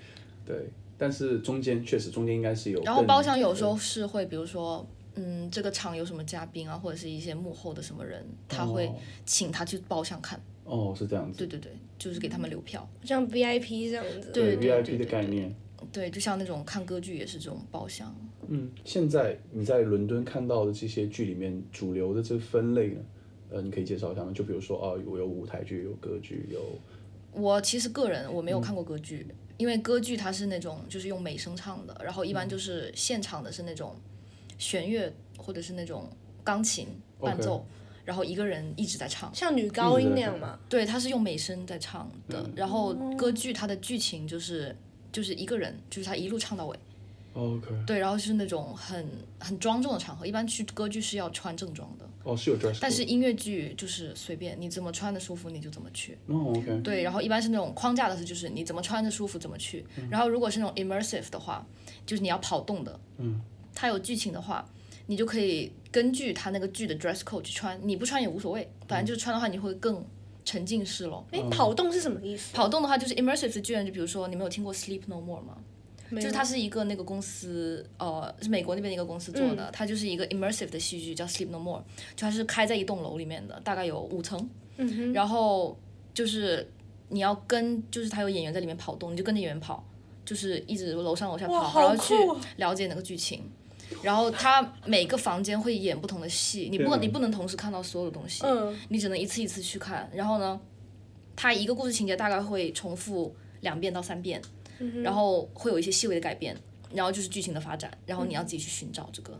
Speaker 1: 对。但是中间确实中间应该是有更，
Speaker 3: 然后包厢有时候是会，比如说，嗯，这个场有什么嘉宾啊，或者是一些幕后的什么人，他会
Speaker 1: 哦
Speaker 3: 请他去包厢看。
Speaker 1: 哦是这样子，
Speaker 3: 对对对，就是给他们留票。
Speaker 2: 像 VIP 这样子。
Speaker 3: 对对
Speaker 1: VIP 的概念。
Speaker 3: 对，就像那种看歌剧也是这种包厢。
Speaker 1: 嗯，现在你在伦敦看到的这些剧里面主流的这分类呢，呃，你可以介绍一下吗？就比如说啊，我有舞台剧，有歌剧，有
Speaker 3: 我其实个人我没有看过歌剧，因为歌剧它是那种就是用美声唱的，然后一般就是现场的是那种弦乐或者是那种钢琴伴
Speaker 1: OK
Speaker 3: 奏然后一个人一直在唱。
Speaker 2: 像女高音那样嘛，
Speaker 3: 对，他是用美声在唱的。然后歌剧它的剧情就是就是一个人，就是他一路唱到尾。
Speaker 1: 哦 OK，
Speaker 3: 对，然后是那种很很庄重的场合，一般去歌剧是要穿正装的，
Speaker 1: 哦是有 dress，
Speaker 3: 但是音乐剧就是随便你怎么穿的舒服你就怎么去。
Speaker 1: 哦 OK，
Speaker 3: 对，然后一般是那种框架的是就是你怎么穿着舒服怎么去。然后如果是那种 immersive 的话，就是你要跑动的，
Speaker 1: 嗯，
Speaker 3: 它有剧情的话，你就可以根据它那个剧的 dress code 去穿，你不穿也无所谓，反正就是穿的话你会更沉浸式咯。
Speaker 1: 嗯
Speaker 2: 哎，跑动是什么意思？
Speaker 3: 跑动的话就是 immersive 的剧院，就比如说你们有听过 Sleep No More 吗？
Speaker 2: 就
Speaker 3: 就是它是一个那个公司，呃，是美国那边的一个公司做的，它就是一个 immersive 的戏剧，叫 Sleep No More，就它是开在一栋楼里面的，大概有五层，
Speaker 2: 嗯
Speaker 3: 然后就是你要跟，就是它有演员在里面跑动，你就跟着演员跑，就是一直楼上楼下
Speaker 2: 哇
Speaker 3: 跑，
Speaker 2: 好
Speaker 3: 然后去
Speaker 2: 酷啊
Speaker 3: 了解那个剧情。然后它每个房间会演不同的戏，你不能
Speaker 1: 对
Speaker 3: 你不能同时看到所有的东西，
Speaker 2: 嗯
Speaker 3: 你只能一次一次去看。然后呢，它一个故事情节大概会重复两遍到三遍，
Speaker 2: 嗯
Speaker 3: 然后会有一些细微的改变，然后就是剧情的发展，然后你要
Speaker 2: 嗯
Speaker 3: 自己去寻找这个、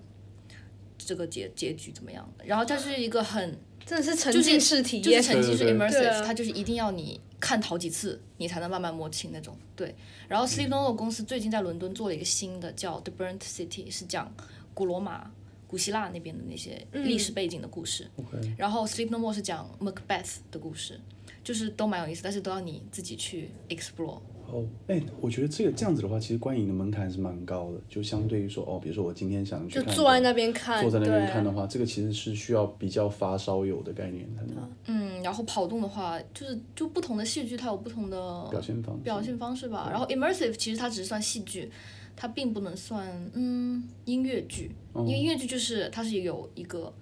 Speaker 3: 这个结结局怎么样。然后它是一个很
Speaker 2: 真的是沉
Speaker 3: 就
Speaker 2: 浸
Speaker 3: 是
Speaker 2: 式体
Speaker 3: 就是
Speaker 2: 验，
Speaker 3: 沉浸式
Speaker 1: 对对对
Speaker 3: immersive，
Speaker 2: 对啊
Speaker 3: 它就是一定要你看好几次，你才能慢慢摸清那种。对，然
Speaker 1: 嗯
Speaker 3: 后 Sleep No More 公司最近在伦敦做了一个新的叫 The Burnt City，是讲古罗马、古希腊那边的那些历史背景的故事。
Speaker 1: OK
Speaker 3: 然后 Sleep No More 是讲 Macbeth 的故事，就是都蛮有意思，但是都要你自己去 explore。
Speaker 1: 哦，哎，我觉得这个这样子的话，其实观影的门槛还是蛮高的，就相对于说哦，比如说我今天想去
Speaker 2: 就
Speaker 1: 看一个，
Speaker 2: 坐在那边看，
Speaker 3: 嗯
Speaker 1: 坐在那边看的
Speaker 2: 对
Speaker 1: 话，这个其实是需要比较发烧友的概念才能
Speaker 3: 嗯，然后跑动的话，就是就不同的戏剧它有不同的
Speaker 1: 表现方式
Speaker 3: 表现方式吧。然后 immersive 其实它只是算戏剧，它并不能算嗯音乐剧，
Speaker 1: 哦
Speaker 3: 因为音乐剧就是它是有一个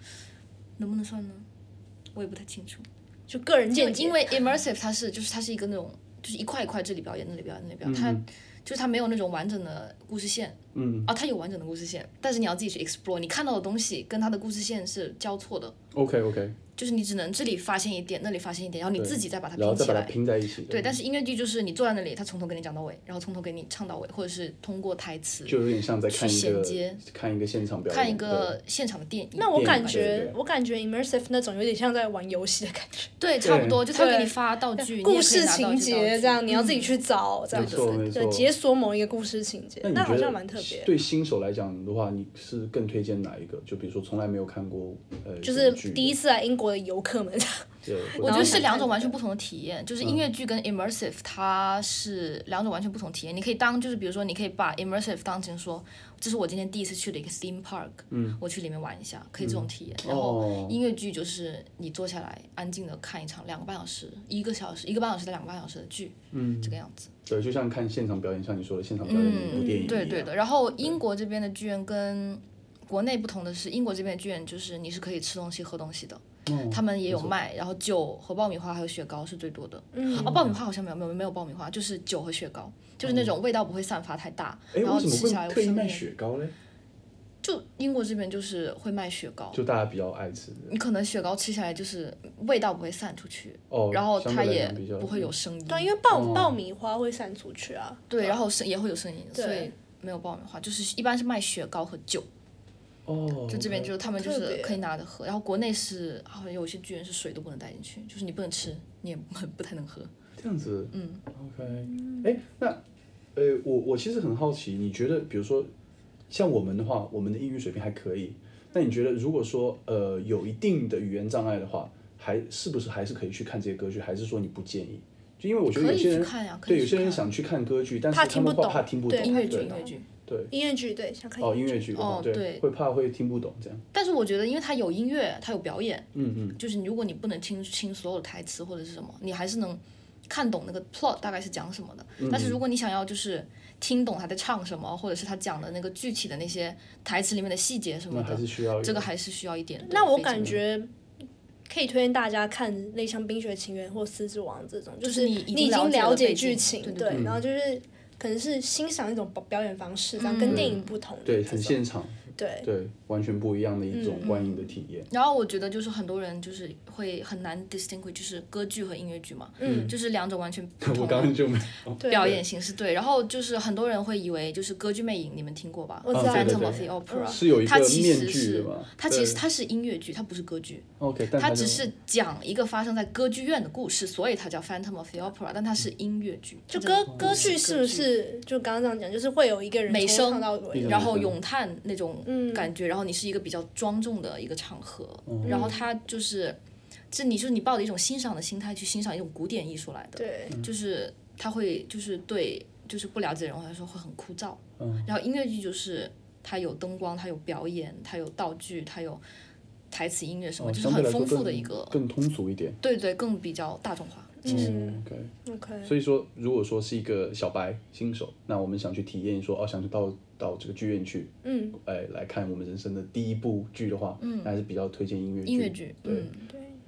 Speaker 3: 能不能算呢？我也不太清楚。
Speaker 2: 就个人
Speaker 3: 因为
Speaker 2: 见解，
Speaker 3: 因为 immersive 它是就是它是一个那种就是一块一块这里表演那里表演那里表演，它就是它没有那种完整的故事线，
Speaker 1: 嗯
Speaker 3: 啊，它有完整的故事线，但是你要自己去 explore，你看到的东西跟它的故事线是交错的，
Speaker 1: ，OK OK，
Speaker 3: 就是你只能这里发现一点，那里发现一点，然后你
Speaker 1: 对
Speaker 3: 自己再把它
Speaker 1: 然后
Speaker 3: 拼
Speaker 1: 再
Speaker 3: 起
Speaker 1: 把它
Speaker 3: 来。
Speaker 1: 拼在一起，
Speaker 3: 对，，但是音乐剧就是你坐在那里，他从头给你讲到尾，然后从头给你唱到尾，或者是通过台词
Speaker 1: 就有点像在看一
Speaker 3: 去衔
Speaker 1: 个
Speaker 3: 接
Speaker 1: 看一个现场表演，
Speaker 3: 看一个现场的电影。
Speaker 2: 那我
Speaker 1: 电影
Speaker 2: 感
Speaker 1: 对对
Speaker 2: 觉
Speaker 1: 对，
Speaker 2: 我感觉 immersive 那种有点像在玩游戏的感觉，
Speaker 3: 对，差不多，就他会给你
Speaker 2: 对
Speaker 3: 发道具，你也可以
Speaker 2: 故事
Speaker 3: 拿到
Speaker 2: 情
Speaker 3: 这道
Speaker 2: 节
Speaker 3: 具嗯
Speaker 2: 这样，你要自己去找这
Speaker 1: 对，
Speaker 2: 样
Speaker 1: 没
Speaker 2: 子，
Speaker 1: 错没
Speaker 2: 对，
Speaker 1: 错。
Speaker 2: 解锁某一个故事情节
Speaker 1: 那，你
Speaker 2: 那
Speaker 1: 觉
Speaker 2: 好像
Speaker 1: 得
Speaker 2: 蛮特别。
Speaker 1: 对新手来讲的话，你是更推荐哪一个？就比如说从来没有看过呃，
Speaker 2: 就是
Speaker 1: 什么剧的
Speaker 2: 第一，次来英国的游客们，
Speaker 1: 对
Speaker 3: 我
Speaker 1: 或
Speaker 3: 觉
Speaker 1: 者
Speaker 2: 想
Speaker 3: 得是两种
Speaker 2: 看
Speaker 3: 完
Speaker 2: 的
Speaker 3: 全不同的体验，
Speaker 1: 嗯
Speaker 3: 就是音乐剧跟 immersive，它是两种完全不同体验。你可以当就是比如说，你可以把 immersive 当成说，这是我今天第一次去的一个 theme park，嗯，我去里面玩一下，可以这种体验。然
Speaker 1: 哦
Speaker 3: 后音乐剧就是你坐下来安静的看一场两个半小时、一个小时、一个半小时到两个半小时的剧，嗯，这个样子。
Speaker 1: 对，就像看现场表演，像你说的现场表演的一部电影一样，
Speaker 3: 嗯对对的。然后英国这边的剧院跟国内不同的是，英国这边的剧院就是你是可以吃东西、喝东西的，
Speaker 1: 哦
Speaker 3: 他们也有卖，然后酒和爆米花还有雪糕是最多的。
Speaker 2: 嗯
Speaker 3: 哦，爆米花好像没有，没有没有爆米花，就是酒和雪糕，就是那种味道不会散发太大，
Speaker 1: 哦哎，
Speaker 3: 然后
Speaker 1: 为什么
Speaker 3: 吃起
Speaker 1: 会
Speaker 3: 来有
Speaker 1: 特意
Speaker 3: 分
Speaker 1: 卖
Speaker 3: 量。
Speaker 1: 雪糕嘞？
Speaker 3: 就英国这边就是会卖雪糕，
Speaker 1: 就大家比较爱吃的
Speaker 3: 你可能雪糕吃起来就是味道不会散出去，
Speaker 1: 哦，
Speaker 3: 然后
Speaker 1: 相
Speaker 3: 它
Speaker 1: 对来
Speaker 3: 也
Speaker 1: 讲比较嗯
Speaker 3: 不会有声音。
Speaker 2: [LAUGHS] 对，因为爆
Speaker 1: 哦
Speaker 2: 爆米花会散出去啊。
Speaker 3: 嗯对，然后声也会有声音，
Speaker 2: 对
Speaker 3: 所以没有爆米花，就是一般是卖雪糕和酒，
Speaker 1: 哦，
Speaker 3: 就这边就是他们就
Speaker 2: 特
Speaker 3: 是
Speaker 2: 别
Speaker 3: 可以拿着喝，然后国内是好像有些剧院是水都不能带进去，就是你不能吃，你也不 [LAUGHS] 不太能喝。
Speaker 1: 这样子，嗯，OK，哎，那呃，我我其实很好奇，你觉得，比如说像我们的话，我们的英语水平还可以，那你觉得如果说呃有一定的语言障碍的话，还是不是还是可以去看这些歌剧，还是说你不建议？就因为我觉得
Speaker 3: 可
Speaker 1: 有
Speaker 3: 以
Speaker 1: 些人
Speaker 3: 去看呀可
Speaker 1: 对
Speaker 3: 以
Speaker 1: 有
Speaker 3: 去
Speaker 1: 些人
Speaker 3: 看
Speaker 1: 想去看歌剧，但是
Speaker 2: 怕
Speaker 1: 他
Speaker 2: 听
Speaker 1: 们
Speaker 2: 不
Speaker 1: 会
Speaker 2: 懂
Speaker 1: 怕听不
Speaker 2: 对
Speaker 1: 懂，
Speaker 3: 音乐剧，
Speaker 1: 对
Speaker 3: 音乐剧。
Speaker 1: 对
Speaker 2: 音乐剧对，想看
Speaker 1: 哦音乐剧的话
Speaker 3: 哦
Speaker 1: 对
Speaker 3: 对
Speaker 1: 会怕会听不懂这样，
Speaker 3: 但是我觉得，因为它有音乐，它有表演，
Speaker 1: 嗯嗯，
Speaker 3: 就是如果你不能听清所有的台词或者是什么，你还是能看懂那个 plot 大概是讲什么的。
Speaker 1: 嗯
Speaker 3: 但是如果你想要就是听懂他在唱什么，或者是他讲的那个具体的那些台词里面的细节什么
Speaker 1: 那还
Speaker 3: 的
Speaker 1: 是，需要
Speaker 3: 这个
Speaker 1: 有
Speaker 3: 还是需要一点。
Speaker 2: 那我感觉可以推荐大家看类像《冰雪奇缘》或《狮子王》这种，
Speaker 3: 就是是你已
Speaker 2: 已
Speaker 3: 经
Speaker 2: 经
Speaker 3: 了解
Speaker 2: 了
Speaker 3: 了
Speaker 2: 解
Speaker 3: 背景
Speaker 2: 剧情，
Speaker 3: 对对
Speaker 2: 然后就是可能是欣赏一种表表演方式，这样
Speaker 3: 嗯
Speaker 2: 跟电影不同的
Speaker 1: 对
Speaker 2: 这
Speaker 1: 很
Speaker 2: 种，
Speaker 1: 现场，
Speaker 2: 对
Speaker 1: 对完全不一样的一种
Speaker 3: 嗯
Speaker 1: 观影的体验， [LAUGHS]
Speaker 3: 然后我觉得就是很多人就是会很难 distinguish，就是歌剧和音乐剧嘛，嗯，就是两种
Speaker 1: [LAUGHS]
Speaker 3: 完全不
Speaker 1: 我
Speaker 3: 同
Speaker 1: 刚刚
Speaker 3: 的
Speaker 1: 就
Speaker 3: [LAUGHS]
Speaker 1: 没
Speaker 2: 对
Speaker 3: 表演形式。对，然后就是很多人会以为就是歌剧魅影，你们听过吧？
Speaker 2: 我知道
Speaker 1: 啊对对
Speaker 3: Phantom of the
Speaker 1: 对
Speaker 3: Opera，
Speaker 1: 是有一个
Speaker 3: 它其
Speaker 1: 面
Speaker 3: 实
Speaker 1: 具
Speaker 3: 是
Speaker 1: 的嘛？
Speaker 3: 它其实
Speaker 1: 对
Speaker 3: 它是音乐剧，它不是歌剧，
Speaker 1: OK，但
Speaker 3: 它
Speaker 1: 就
Speaker 3: 只是讲一个发生在歌剧院的故事，所以它叫 Phantom of the Opera，但它是
Speaker 1: 嗯
Speaker 3: 音乐剧，
Speaker 2: 就
Speaker 3: 它真
Speaker 2: 歌
Speaker 3: 的
Speaker 2: 歌剧是不
Speaker 3: 歌剧？
Speaker 2: 是就刚刚这样讲，就是会有一个人
Speaker 3: 美
Speaker 2: 从头
Speaker 3: 声
Speaker 2: 唱到尾
Speaker 1: 嗯
Speaker 3: 然后咏叹那种
Speaker 2: 嗯
Speaker 3: 感觉，然后你是一个比较庄重的一个场合，
Speaker 1: 嗯
Speaker 3: 然后它就是，这你就是你抱着一种欣赏的心态去欣赏一种古典艺术来的，
Speaker 2: 对，
Speaker 1: 嗯
Speaker 3: 就是它会就是对就是不了解的人来说会很枯燥，
Speaker 1: 嗯
Speaker 3: 然后音乐剧就是它有灯光，它有表演，它有道具，它有台词、音乐什么，
Speaker 1: 哦
Speaker 3: 就是
Speaker 1: 相对
Speaker 3: 很
Speaker 1: 来说
Speaker 3: 丰富的
Speaker 1: 更
Speaker 3: 一个，
Speaker 1: 更通俗一点。
Speaker 3: 对对，更比较大众化。
Speaker 1: 嗯，OK。
Speaker 2: OK，
Speaker 1: 所以说，如果说是一个小白新手，那我们想去体验说，哦，想去到到这个剧院去，
Speaker 2: 嗯，
Speaker 1: 哎，来看我们人生的第一部剧的话，嗯，还是比较推荐音乐剧。
Speaker 3: 音乐剧，
Speaker 1: 对。
Speaker 3: 嗯，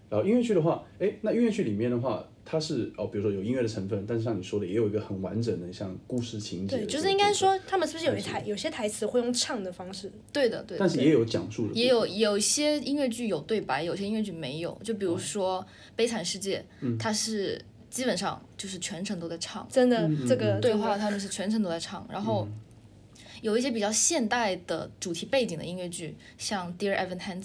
Speaker 1: 然后音乐剧的话，哎，那音乐剧里面的话，它是哦，比如说有音乐的成分，但是像你说的，也有一个很完整的像故事情节的
Speaker 2: 对，
Speaker 1: 这个部分。
Speaker 2: 就是应该说他们是不是有一台有些台词会用唱的方式？
Speaker 3: 对的，对的
Speaker 1: 但是也有讲述的部分，
Speaker 3: 也有有一些音乐剧有对白，有些音乐剧没有。就比如说《悲惨世界》
Speaker 1: 嗯
Speaker 3: 它是基本上就是全程都在唱
Speaker 2: 真的这个
Speaker 3: 对
Speaker 2: 这个
Speaker 3: 话，他们是全程都在唱。然后有一些比较现代的主题背景的音乐剧，像《Dear Evan Hansen》，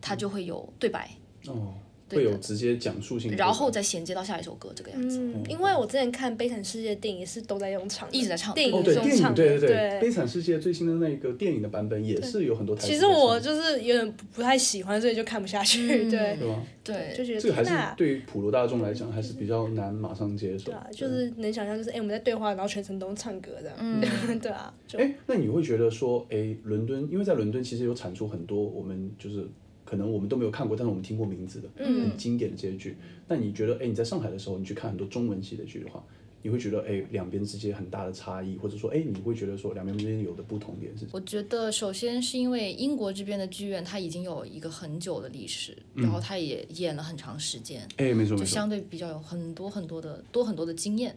Speaker 3: 它就会有对白，
Speaker 1: 哦，
Speaker 3: 对
Speaker 1: 会有
Speaker 3: 的
Speaker 1: 直接讲述性的部分。
Speaker 3: 然后再衔接到下一首歌这个样子。
Speaker 2: 嗯，因为我之前看《悲惨世界》电影是都在用唱的，
Speaker 3: 一直在唱
Speaker 2: 电
Speaker 1: 哦，
Speaker 2: 影
Speaker 1: 对，
Speaker 2: 是
Speaker 1: 电
Speaker 2: 用
Speaker 1: 影
Speaker 2: 唱的，
Speaker 1: 对对悲惨世界》最新的那个电影的版本也是有很多台词在
Speaker 2: 其
Speaker 1: 唱。
Speaker 2: 实我就是有点不不太喜欢，所以就看不下去，对，
Speaker 1: 对吧？
Speaker 3: 嗯对
Speaker 2: 就，觉得
Speaker 1: 这个还
Speaker 2: 天
Speaker 1: 是
Speaker 2: 哪，
Speaker 1: 对于普罗大众来讲还是比较难马上接受
Speaker 2: 对啊，。就是能想象，就是哎、我们在对话，然后全程都唱歌这样，
Speaker 3: 嗯
Speaker 2: [LAUGHS] 对啊，就
Speaker 1: 哎，那你会觉得说，哎，伦敦，因为在伦敦其实有产出很多我们就是可能我们都没有看过，但是我们听过名字的，嗯，很经典的这些剧。那你觉得，哎，你在上海的时候，你去看很多中文系的剧的话，你会觉得，哎，两边之间很大的差异，或者说，哎，你会觉得说两边之间有的不同点是什么？
Speaker 3: 我觉得首先是因为英国这边的剧院它已经有一个很久的历史，然后它也演了很长时间，
Speaker 1: 哎，没错没错，
Speaker 3: 就相对比较有很多很多的多很多的经验，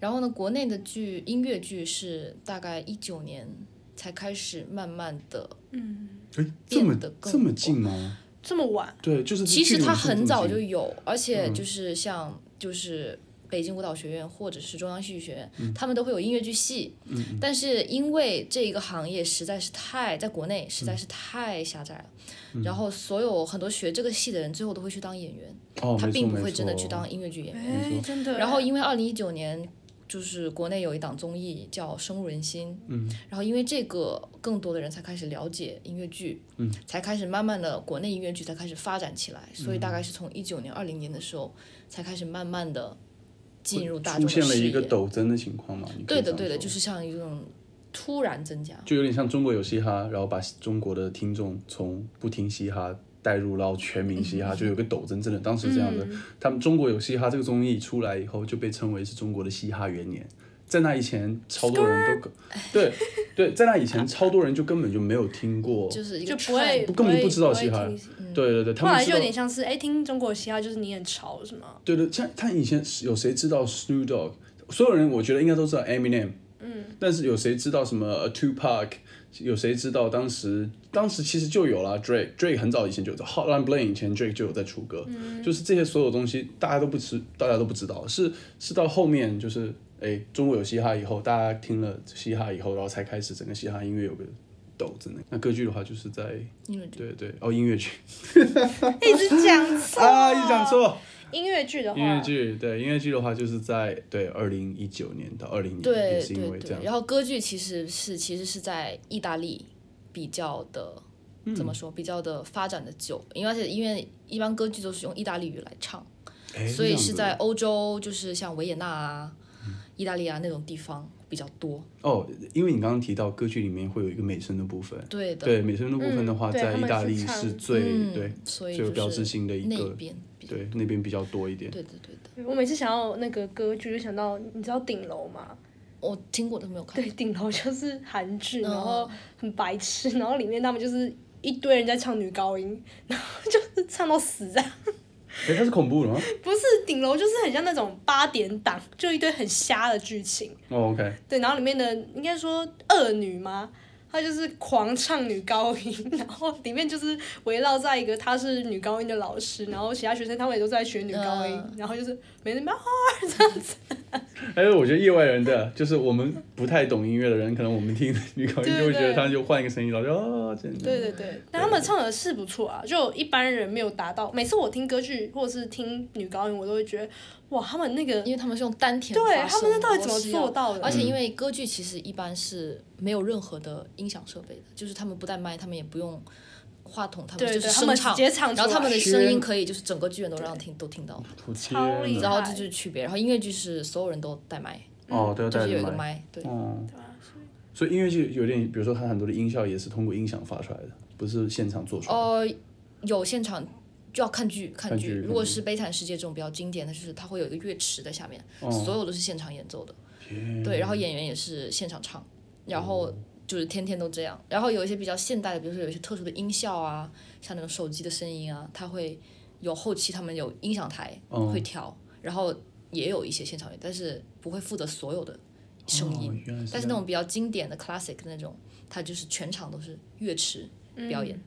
Speaker 3: 然后呢，国内的剧音乐剧是大概一九年才开始慢慢的，
Speaker 2: 嗯
Speaker 1: 哎，这么
Speaker 3: 变得更
Speaker 1: 这么近吗？
Speaker 2: 这么晚，
Speaker 1: 对，就是
Speaker 3: 其实
Speaker 1: 距离我
Speaker 3: 它
Speaker 1: 们这么
Speaker 3: 很早就
Speaker 1: 近
Speaker 3: 有，而
Speaker 1: 嗯
Speaker 3: 且就是像就是北京舞蹈学院或者是中央戏剧学院，
Speaker 1: 嗯
Speaker 3: 他们都会有音乐剧系。但是因为这一个行业实在是太在国内实
Speaker 1: 嗯
Speaker 3: 在是太狭窄了，然后所有很多学这个系的人最后都会去当演员，
Speaker 1: 哦，
Speaker 3: 他
Speaker 1: 没错
Speaker 3: 并不
Speaker 1: 没
Speaker 3: 会真的
Speaker 1: 错
Speaker 3: 去当音乐剧演员。
Speaker 2: 哎，真的。
Speaker 3: 然后因为二零一九年。就是国内有一档综艺叫《深入人心》，嗯，然后因为这个，更多的人才开始了解音乐剧，嗯，才开始慢慢的国内音乐剧才开始发展起来，
Speaker 1: 嗯
Speaker 3: 所以大概是从一九年、二零年的时候，才开始慢慢的进入大众
Speaker 1: 出
Speaker 3: 的视
Speaker 1: 现
Speaker 3: 野。
Speaker 1: 了一个陡增的情况嘛？你可以
Speaker 3: 对的，
Speaker 1: 这样
Speaker 3: 对的，
Speaker 1: 说
Speaker 3: 就是像一种突然增加。
Speaker 1: 就有点像中国有嘻哈，然后把中国的听众从不听嘻哈带入到全民嘻
Speaker 3: 嗯
Speaker 1: 哈，就有个斗争，真的当时这样的。他们中国有嘻哈这个综艺出来以后，就被称为是中国的嘻哈元年。在那以前，超多人都对对，在那以前，超多人就根本就没有听过，
Speaker 3: 啊就是一嗯
Speaker 2: 就
Speaker 3: 个
Speaker 2: 不会，
Speaker 1: 不根本
Speaker 2: 会
Speaker 1: 不知道
Speaker 2: 会
Speaker 1: 嘻哈
Speaker 2: 听
Speaker 1: 对对对，他
Speaker 2: 后
Speaker 1: 们
Speaker 2: 来
Speaker 1: 知
Speaker 2: 就
Speaker 1: 道
Speaker 2: 有点像是，哎，听中国嘻哈就是你很潮是 [LAUGHS] 吗？
Speaker 1: 对对，像他以前有谁知道 Snoop Dogg？所有人我觉得应该都知道 Eminem，嗯，但是有谁知道什么呃 Tupac？有谁知道当时当时其实就有啦 d r a k e d r a k e 很早以前就有，Hotline Bling 以前 Drake 就有在出歌，
Speaker 3: 嗯
Speaker 1: 就是这些所有东西大家都不知，大家都不知道，是是到后面就是哎中国有嘻哈以后，大家听了嘻哈以后，然后才开始整个嘻哈音乐有个斗争的。那歌剧的话就是在
Speaker 3: 音乐剧
Speaker 1: 对对哦音乐剧
Speaker 2: 一直讲错
Speaker 1: 啊，一讲错。
Speaker 2: 音乐剧的话，
Speaker 1: 音乐剧对音乐剧的话，就是在对二零一九年到二零年，也
Speaker 3: 对
Speaker 1: 是因
Speaker 3: 对
Speaker 1: 为这
Speaker 3: 对，
Speaker 1: 样。
Speaker 3: 然后歌剧其实是其实是在意大利比较的、
Speaker 1: 嗯
Speaker 3: 怎么说比较的发展的久，因为而且因为一般歌剧都是用意大利语来唱，
Speaker 1: 哎
Speaker 3: 所以是在
Speaker 1: 这样子嗯
Speaker 3: 欧洲，就是像维也纳啊、意大利啊那种地方比较多。
Speaker 1: 哦，因为你刚刚提到歌剧里面会有一个美声的部分，
Speaker 3: 对的，
Speaker 1: 对美声的部分的话，
Speaker 2: 嗯对
Speaker 1: 在意大利
Speaker 2: 他们是
Speaker 1: 是
Speaker 2: 唱
Speaker 1: 最
Speaker 3: 嗯，
Speaker 1: 对
Speaker 3: 所以
Speaker 1: 最
Speaker 3: 就
Speaker 1: 有
Speaker 3: 是
Speaker 1: 标志性的一
Speaker 3: 那
Speaker 1: 个，
Speaker 3: 边比较
Speaker 1: 对那边比较多一点。
Speaker 3: 对的对的，
Speaker 2: 我每次想到那个歌剧，就想到你知道顶楼吗？
Speaker 3: 我听过都没有看
Speaker 2: 对，。顶楼就是韩剧，
Speaker 3: 嗯
Speaker 2: 然后很白痴，然后里面他们就是一堆人在唱女高音，然后就是唱到死啊！
Speaker 1: 哎，它是恐怖的吗？
Speaker 2: 不是顶楼，就是很像那种八点档，就一堆很瞎的剧情。
Speaker 1: 哦，OK，
Speaker 2: 对，然后里面的应该说恶女吗？她就是狂唱女高音，然后里面就是围绕在一个她是女高音的老师，然后其他学生他们也都在学女高音，
Speaker 3: 嗯
Speaker 2: 然后就是没人办法。
Speaker 1: 哎，我觉得业外人的，就是我们不太懂音乐的人，可能我们听女高音
Speaker 2: 对
Speaker 1: 就会觉得
Speaker 2: 对
Speaker 1: 他就换一个声音，然后就哦，这样
Speaker 2: 对对
Speaker 3: 嗯
Speaker 2: 对，但他们唱的是不错啊，就一般人没有达到。每次我听歌剧或者是听女高音，我都会觉得哇，他们那个
Speaker 3: 因为他们是用丹田
Speaker 2: 对
Speaker 3: 发
Speaker 2: 他们那
Speaker 3: 声
Speaker 2: 到底
Speaker 3: 然
Speaker 2: 怎
Speaker 3: 后
Speaker 2: 么
Speaker 3: 是要
Speaker 2: 做到的
Speaker 3: 哦而且因为歌剧其实一般是没有任何的音响设备的，就是他们不带麦，他们也不用话筒，他们
Speaker 2: 对
Speaker 3: 就是
Speaker 2: 对，他
Speaker 3: 声
Speaker 2: 们直
Speaker 3: 唱，
Speaker 2: 接唱出
Speaker 3: 然后他们的
Speaker 2: 来嗯
Speaker 3: 声音可以就是整个剧院都让听都听到，
Speaker 1: 我天啊
Speaker 2: 超厉
Speaker 1: 哪
Speaker 3: 然后
Speaker 2: 害
Speaker 3: 这就是区别。然后音乐剧是所有人都带麦，
Speaker 1: 哦，都要
Speaker 3: 嗯就
Speaker 1: 带
Speaker 3: 是有一
Speaker 1: 着
Speaker 3: 个
Speaker 1: 麦。
Speaker 3: 麦，对，
Speaker 1: 哦，所以音乐剧有点，比如说它很多的音效也是通过音响发出来的，不是现场做出来的。
Speaker 3: 呃，有现场就要看剧，看
Speaker 1: 看
Speaker 3: 剧。
Speaker 1: 剧嗯
Speaker 3: 如
Speaker 1: 看
Speaker 3: 果
Speaker 1: 剧
Speaker 3: 是《悲惨世界》这种比较经典的，就是它会有一个乐池在下面，
Speaker 1: 哦
Speaker 3: 所有都是现场演奏的。对，
Speaker 1: 嗯
Speaker 3: 然后演员也是现场唱，然
Speaker 1: 哦
Speaker 3: 后就是天天都这样。然后有一些比较现代的，比如说有一些特殊的音效啊，像那种手机的声音啊，它会有后期他们有音响台
Speaker 1: 哦
Speaker 3: 会调，然后也有一些现场演，但是不会负责所有的声音。
Speaker 1: 哦原来是
Speaker 3: 但
Speaker 1: 这
Speaker 3: 是那
Speaker 1: 样
Speaker 3: 种比较经典的 classic 那种，它就是全场都是乐池表演。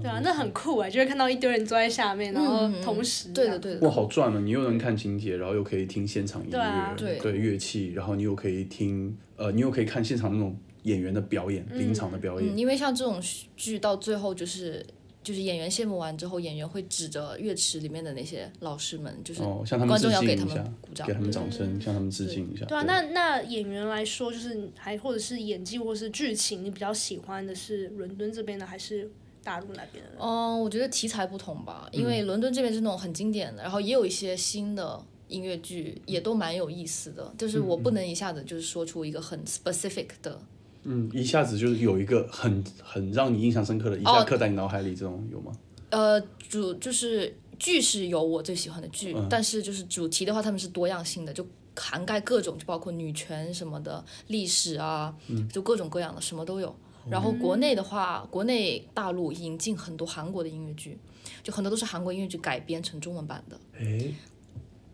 Speaker 2: 对啊，那很酷哎，就会看到一堆人坐在下面，然后同时
Speaker 3: 嗯对
Speaker 2: 这
Speaker 3: 的，
Speaker 2: 样
Speaker 3: 对的。
Speaker 1: 哇，好赚啊！你又能看情节，然后又可以听现场音
Speaker 2: 对啊
Speaker 1: 乐，
Speaker 3: 对
Speaker 1: 乐器，然后你又可以听，呃，你又可以看现场那种演员的表演，临场的表演
Speaker 3: 嗯，。因为像这种剧到最后就是就是演员谢幕完之后，演员会指着乐池里面的那些老师们，就是
Speaker 1: 哦，向他们
Speaker 3: 观
Speaker 1: 致
Speaker 3: 众要
Speaker 1: 敬
Speaker 3: 给
Speaker 1: 一
Speaker 3: 他
Speaker 1: 下
Speaker 3: 们鼓，掌
Speaker 1: 给他们掌声，向他们致敬一下。
Speaker 2: 对啊，那那演员来说，就是还或者是演技或是剧情，你比较喜欢的是伦敦这边的还是大陆那边的？
Speaker 3: 嗯，我觉得题材不同吧，因
Speaker 1: 嗯
Speaker 3: 为伦敦这边是那种很经典的，然后也有一些新的音乐剧，也都蛮有意思的。就是我不能一下子就是说出一个很 specific 的，
Speaker 1: 嗯，一下子就是有一个很很让你印象深刻的，一
Speaker 3: 哦
Speaker 1: 下刻在你脑海里，这种有吗？
Speaker 3: 呃，主就是剧是有我最喜欢的剧，
Speaker 1: 嗯
Speaker 3: 但是就是主题的话，他们是多样性的，就涵盖各种，就包括女权什么的、历史啊，
Speaker 1: 嗯
Speaker 3: 就各种各样的，什么都
Speaker 1: 哦
Speaker 3: 有。然后国内的话，国内大陆引进很多韩国的音乐剧，就很多都是韩国音乐剧改编成中文版的。
Speaker 1: 哎，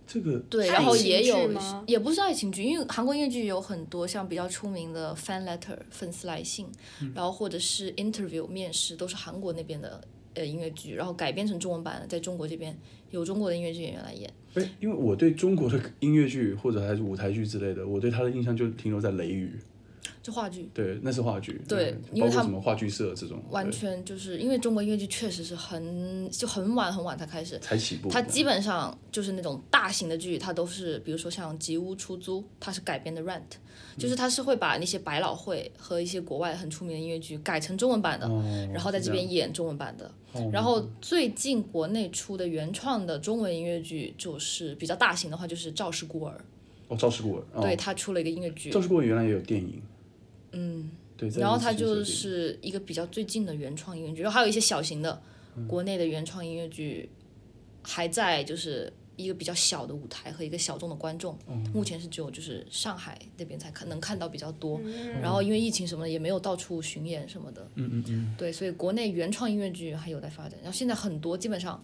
Speaker 1: 这个
Speaker 3: 对，
Speaker 2: 爱
Speaker 3: 然后
Speaker 2: 情
Speaker 3: 也
Speaker 2: 剧
Speaker 3: 有
Speaker 2: 吗
Speaker 3: 也不是爱情剧，因为韩国音乐剧有很多像比较出名的 fan letter 粉丝来信，
Speaker 1: 嗯
Speaker 3: 然后或者是 interview 面试，都是韩国那边的呃音乐剧，然后改编成中文版的，在中国这边有中国的音乐剧演员来演。
Speaker 1: 哎，因为我对中国的音乐剧或者还是舞台剧之类的，我对他的印象就停留在《雷雨》，
Speaker 3: 这话剧
Speaker 1: 对，那是话剧，
Speaker 3: 嗯对因
Speaker 1: 包括
Speaker 3: 为他
Speaker 1: 什么话剧社这种，
Speaker 3: 完
Speaker 1: 对
Speaker 3: 全就是因为中国音乐剧确实是很就很晚很晚才开始，
Speaker 1: 才起步。
Speaker 3: 它基本上就是那种大型的剧，它都是比如说像《吉屋出租》，它是改编的《Rent》，就是
Speaker 1: 嗯
Speaker 3: 它是会把那些百老汇和一些国外很出名的音乐剧改成中文版的，
Speaker 1: 哦
Speaker 3: 然后在
Speaker 1: 是
Speaker 3: 这
Speaker 1: 样
Speaker 3: 边演中文版的。
Speaker 1: 哦
Speaker 3: 然后最近国内出的原创的中文音乐剧，就是比较大型的话，就是《赵氏孤儿
Speaker 1: 哦，赵氏孤儿，》，
Speaker 3: 对
Speaker 1: 哦，
Speaker 3: 他出了一个音乐剧
Speaker 1: 赵，氏孤儿原来也有电影，嗯，对，在
Speaker 3: 然后
Speaker 1: 日
Speaker 3: 它
Speaker 1: 剧设
Speaker 3: 就
Speaker 1: 定
Speaker 3: 是一个比较最近的原创音乐剧，然后还有一些小型的
Speaker 1: 嗯
Speaker 3: 国内的原创音乐剧，还在就是一个比较小的舞台和一个小众的观众，
Speaker 1: 嗯
Speaker 3: 目前是只有就是上海那边才看能看到比较多，然后因为疫情什么的也没有到处巡演什么的，
Speaker 1: 嗯嗯嗯，
Speaker 3: 对，所以国内原创音乐剧还有待发展，然后现在很多基本上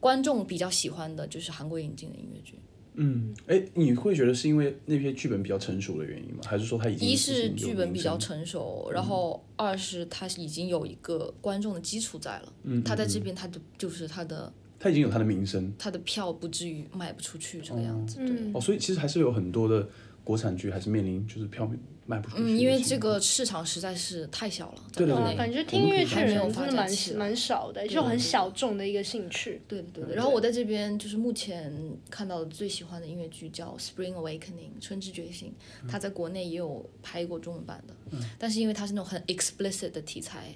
Speaker 3: 观众比较喜欢的就是韩国引进的音乐剧，
Speaker 1: 嗯，哎，你会觉得是因为那些剧本比较成熟的原因吗？还是说它已经
Speaker 3: 一
Speaker 1: 就是有
Speaker 3: 剧本
Speaker 1: 名
Speaker 3: 比较
Speaker 1: 声嗯
Speaker 3: 成熟，然后二是它已经有一个观众的基础在了，
Speaker 1: 嗯
Speaker 3: 他在这边他就就是他的
Speaker 1: 它已经有它的名声
Speaker 3: 他的票不至于卖不出去这个样子，对。
Speaker 2: 嗯
Speaker 1: 哦，所以其实还是有很多的国产剧还是面临就是票卖不出去的情况，
Speaker 3: 嗯，因为这个市场实在是太小了，
Speaker 1: 对
Speaker 3: 在
Speaker 1: 的
Speaker 3: 国
Speaker 1: 对的
Speaker 3: 内
Speaker 2: 嗯感觉听音乐剧的
Speaker 3: 我
Speaker 2: 人
Speaker 3: 们可
Speaker 2: 真的
Speaker 3: 以发展
Speaker 2: 蛮
Speaker 3: 起来
Speaker 2: 蛮少的，
Speaker 3: 对
Speaker 2: 就
Speaker 3: 对
Speaker 2: 很
Speaker 3: 对
Speaker 2: 小众的一个兴趣。
Speaker 3: 对的对
Speaker 1: 嗯
Speaker 3: 的。然后我在这边就是目前看到的最喜欢的音乐剧叫《Spring Awakening》春之觉醒，
Speaker 1: 嗯
Speaker 3: 它在国内也有拍过中文版的，但是因为它是那种很 explicit 的题材，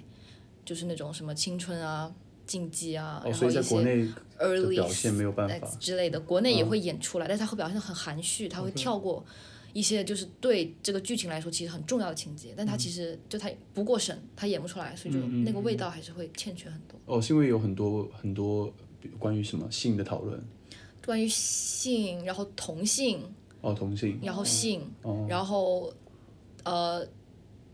Speaker 3: 就是那种什么青春啊、禁忌啊，
Speaker 1: 哦，
Speaker 3: 然
Speaker 1: 所
Speaker 3: 后
Speaker 1: 以在
Speaker 3: 一
Speaker 1: 国
Speaker 3: 些。
Speaker 1: 内的
Speaker 3: early
Speaker 1: 表现没有办法嗯
Speaker 3: sex 之类的，国内也会演出来，但是他会表现得很含蓄，他会跳过一些就是对这个剧情来说其实很重要的情节，但他
Speaker 1: 嗯
Speaker 3: 其实就他不过审，他演不出来，所以就那个味道还是会欠缺很多。
Speaker 1: 哦，是因为有很多很多关于什么性的讨论，
Speaker 3: 关于性，然后同性，
Speaker 1: 哦，同性，
Speaker 3: 然后性，
Speaker 1: 哦
Speaker 3: 然后呃，